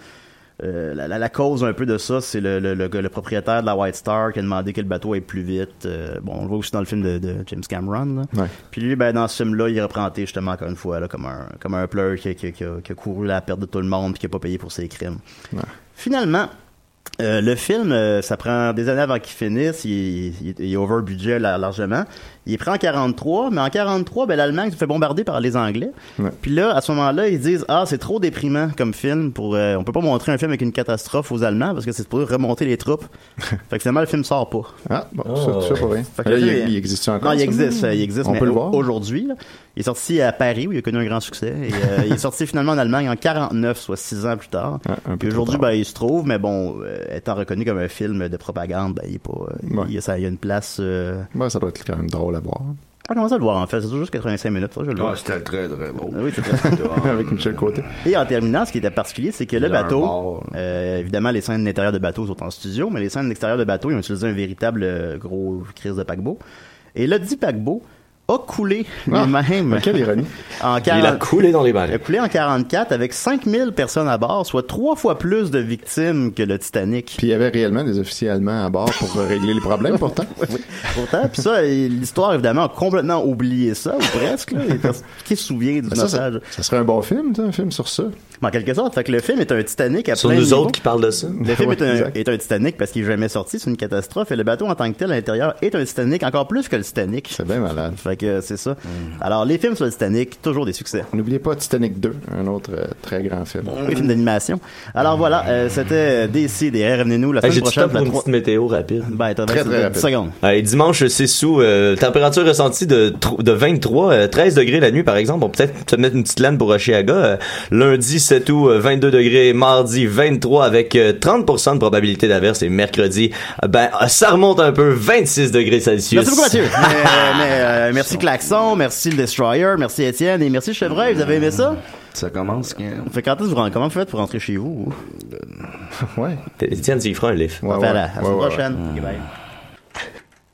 Speaker 7: euh, la, la- la cause un peu de ça, c'est le, le, le, gars- le propriétaire de la White Star qui a demandé que le bateau aille plus vite. Euh, bon, on le voit aussi dans le film de, de James Cameron. là.
Speaker 8: Ouais.
Speaker 7: Puis lui, ben, dans ce film-là, il est représenté justement encore une fois là, comme un, comme un pleur qui, qui- qui a, qui a couru la perte de tout le monde puis qui a pas payé pour ses crimes.
Speaker 8: Ouais.
Speaker 7: Finalement, euh, le film, euh, ça prend des années avant qu'il finisse. Il, il, il est over budget là, largement. Il prend 43, mais en 43, ben, l'Allemagne se fait bombarder par les Anglais.
Speaker 8: Ouais.
Speaker 7: Puis là, à ce moment-là, ils disent ah c'est trop déprimant comme film pour euh, on peut pas montrer un film avec une catastrophe aux Allemands parce que c'est pour remonter les troupes. fait que finalement le film sort pas.
Speaker 8: Ah, bon, ça, ça, pour rien.
Speaker 7: Fait que
Speaker 8: Là,
Speaker 7: là,
Speaker 8: il,
Speaker 7: il-
Speaker 8: il existe encore?
Speaker 7: Non, il
Speaker 8: ça?
Speaker 7: existe, euh, il existe,
Speaker 8: On
Speaker 7: mais
Speaker 8: peut le
Speaker 7: au-
Speaker 8: voir?
Speaker 7: aujourd'hui, là. il est sorti à Paris où il a connu un grand succès. Et, euh, il est sorti finalement en Allemagne en 49, soit six ans plus tard.
Speaker 8: Ah, un peu
Speaker 7: Puis
Speaker 8: trop
Speaker 7: aujourd'hui,
Speaker 8: tard.
Speaker 7: ben, il se trouve, mais bon, euh, euh, étant reconnu comme un film de propagande, ben, il, est pas, euh,
Speaker 8: Ouais.
Speaker 7: il, y a, ça- il y a une place. euh,
Speaker 8: Ouais, Bah, ça doit être quand même drôle à voir. [LAUGHS]
Speaker 7: Ah, comment ça le voir en fait? C'est toujours juste 85 minutes. faudrait que je le vois.
Speaker 9: c'était très, très bon.
Speaker 1: Ah
Speaker 7: oui, c'est Ah, très
Speaker 8: [LAUGHS] Avec Michel Côté.
Speaker 7: Et en terminant, ce qui était particulier, c'est que le
Speaker 9: Il y a un
Speaker 7: bateau,
Speaker 9: bar.
Speaker 7: euh, évidemment, les scènes d'intérieur de bateau sont en studio, mais les scènes d'extérieur de bateau, ils ont utilisé un véritable euh, gros crise de paquebot. Et le dit paquebot a coulé
Speaker 8: Ah,
Speaker 7: lui-même.
Speaker 8: quelle ironie.
Speaker 7: [LAUGHS] En
Speaker 4: Il a
Speaker 7: 40
Speaker 4: coulé dans les
Speaker 7: il a
Speaker 4: marais.
Speaker 7: coulé en 44 avec 5000 personnes à bord, soit trois fois plus de victimes que le Titanic.
Speaker 8: Puis il y avait réellement des officiers allemands à bord pour euh, régler les
Speaker 7: [LAUGHS]
Speaker 8: problèmes, pourtant.
Speaker 7: Pourtant, puis ça, et l'histoire évidemment a complètement oublié ça, ou presque. là. Et parce- Qui se souvient du
Speaker 8: Mais Ah, ça, ça,
Speaker 7: naufrage?
Speaker 8: ça serait un bon film, ça, un film sur ça.
Speaker 7: Mais En quelque sorte, fait que le film est un Titanic à
Speaker 4: Sur
Speaker 7: plein de
Speaker 4: nous
Speaker 7: niveaux.
Speaker 4: autres qui parlent de ça.
Speaker 7: Le film
Speaker 8: Ouais,
Speaker 7: est un,
Speaker 8: Ben exact.
Speaker 7: est un Titanic parce qu'il n'est jamais sorti, c'est une catastrophe. Et le bateau en tant que tel à l'intérieur est un Titanic, encore plus que le Titanic.
Speaker 8: C'est bien malade.
Speaker 7: Fait que euh, c'est ça. Alors, les films sur le Titanic, toujours des succès.
Speaker 8: N'oubliez pas Titanic 2, un autre euh, très grand film.
Speaker 7: Les films d'animation. Alors voilà, euh, c'était DC, des revenez-nous la
Speaker 4: Hey,
Speaker 7: semaine
Speaker 4: J'ai du temps
Speaker 7: prochaine.
Speaker 4: pour
Speaker 7: pour la
Speaker 4: une
Speaker 7: trois-
Speaker 4: petite météo rapide.
Speaker 7: Ben, t'as
Speaker 8: Très, très
Speaker 7: 10 secondes.
Speaker 4: Hey, dimanche 6 sous, euh, température ressentie de, tro- de 23, euh, 13 degrés la nuit par exemple. On peut peut-être se mettre une petite lane pour Oshiaga. Euh, lundi 7 août, euh, 22 degrés. Mardi 23 avec euh, 30% de probabilité d'averse. Et mercredi, euh, ben euh, ça remonte un peu, 26 degrés Celsius.
Speaker 7: Merci beaucoup
Speaker 8: [LAUGHS]
Speaker 7: Mathieu. Mais, euh, mais, euh, merci Klaxon, merci le Destroyer, merci Étienne et merci Chevreuil. Vous avez aimé ça?
Speaker 9: Ça commence quand?
Speaker 7: Fait que quand est-ce que vous rentrez- comment vous faites pour rentrer chez vous?
Speaker 8: Ouais.
Speaker 4: Tiens, tu y feras un lift.
Speaker 8: Ouais, ouais.
Speaker 7: Voilà, à la
Speaker 8: Ouais,
Speaker 7: semaine
Speaker 8: ouais, Mm. ouais.
Speaker 7: prochaine. Ok, bye.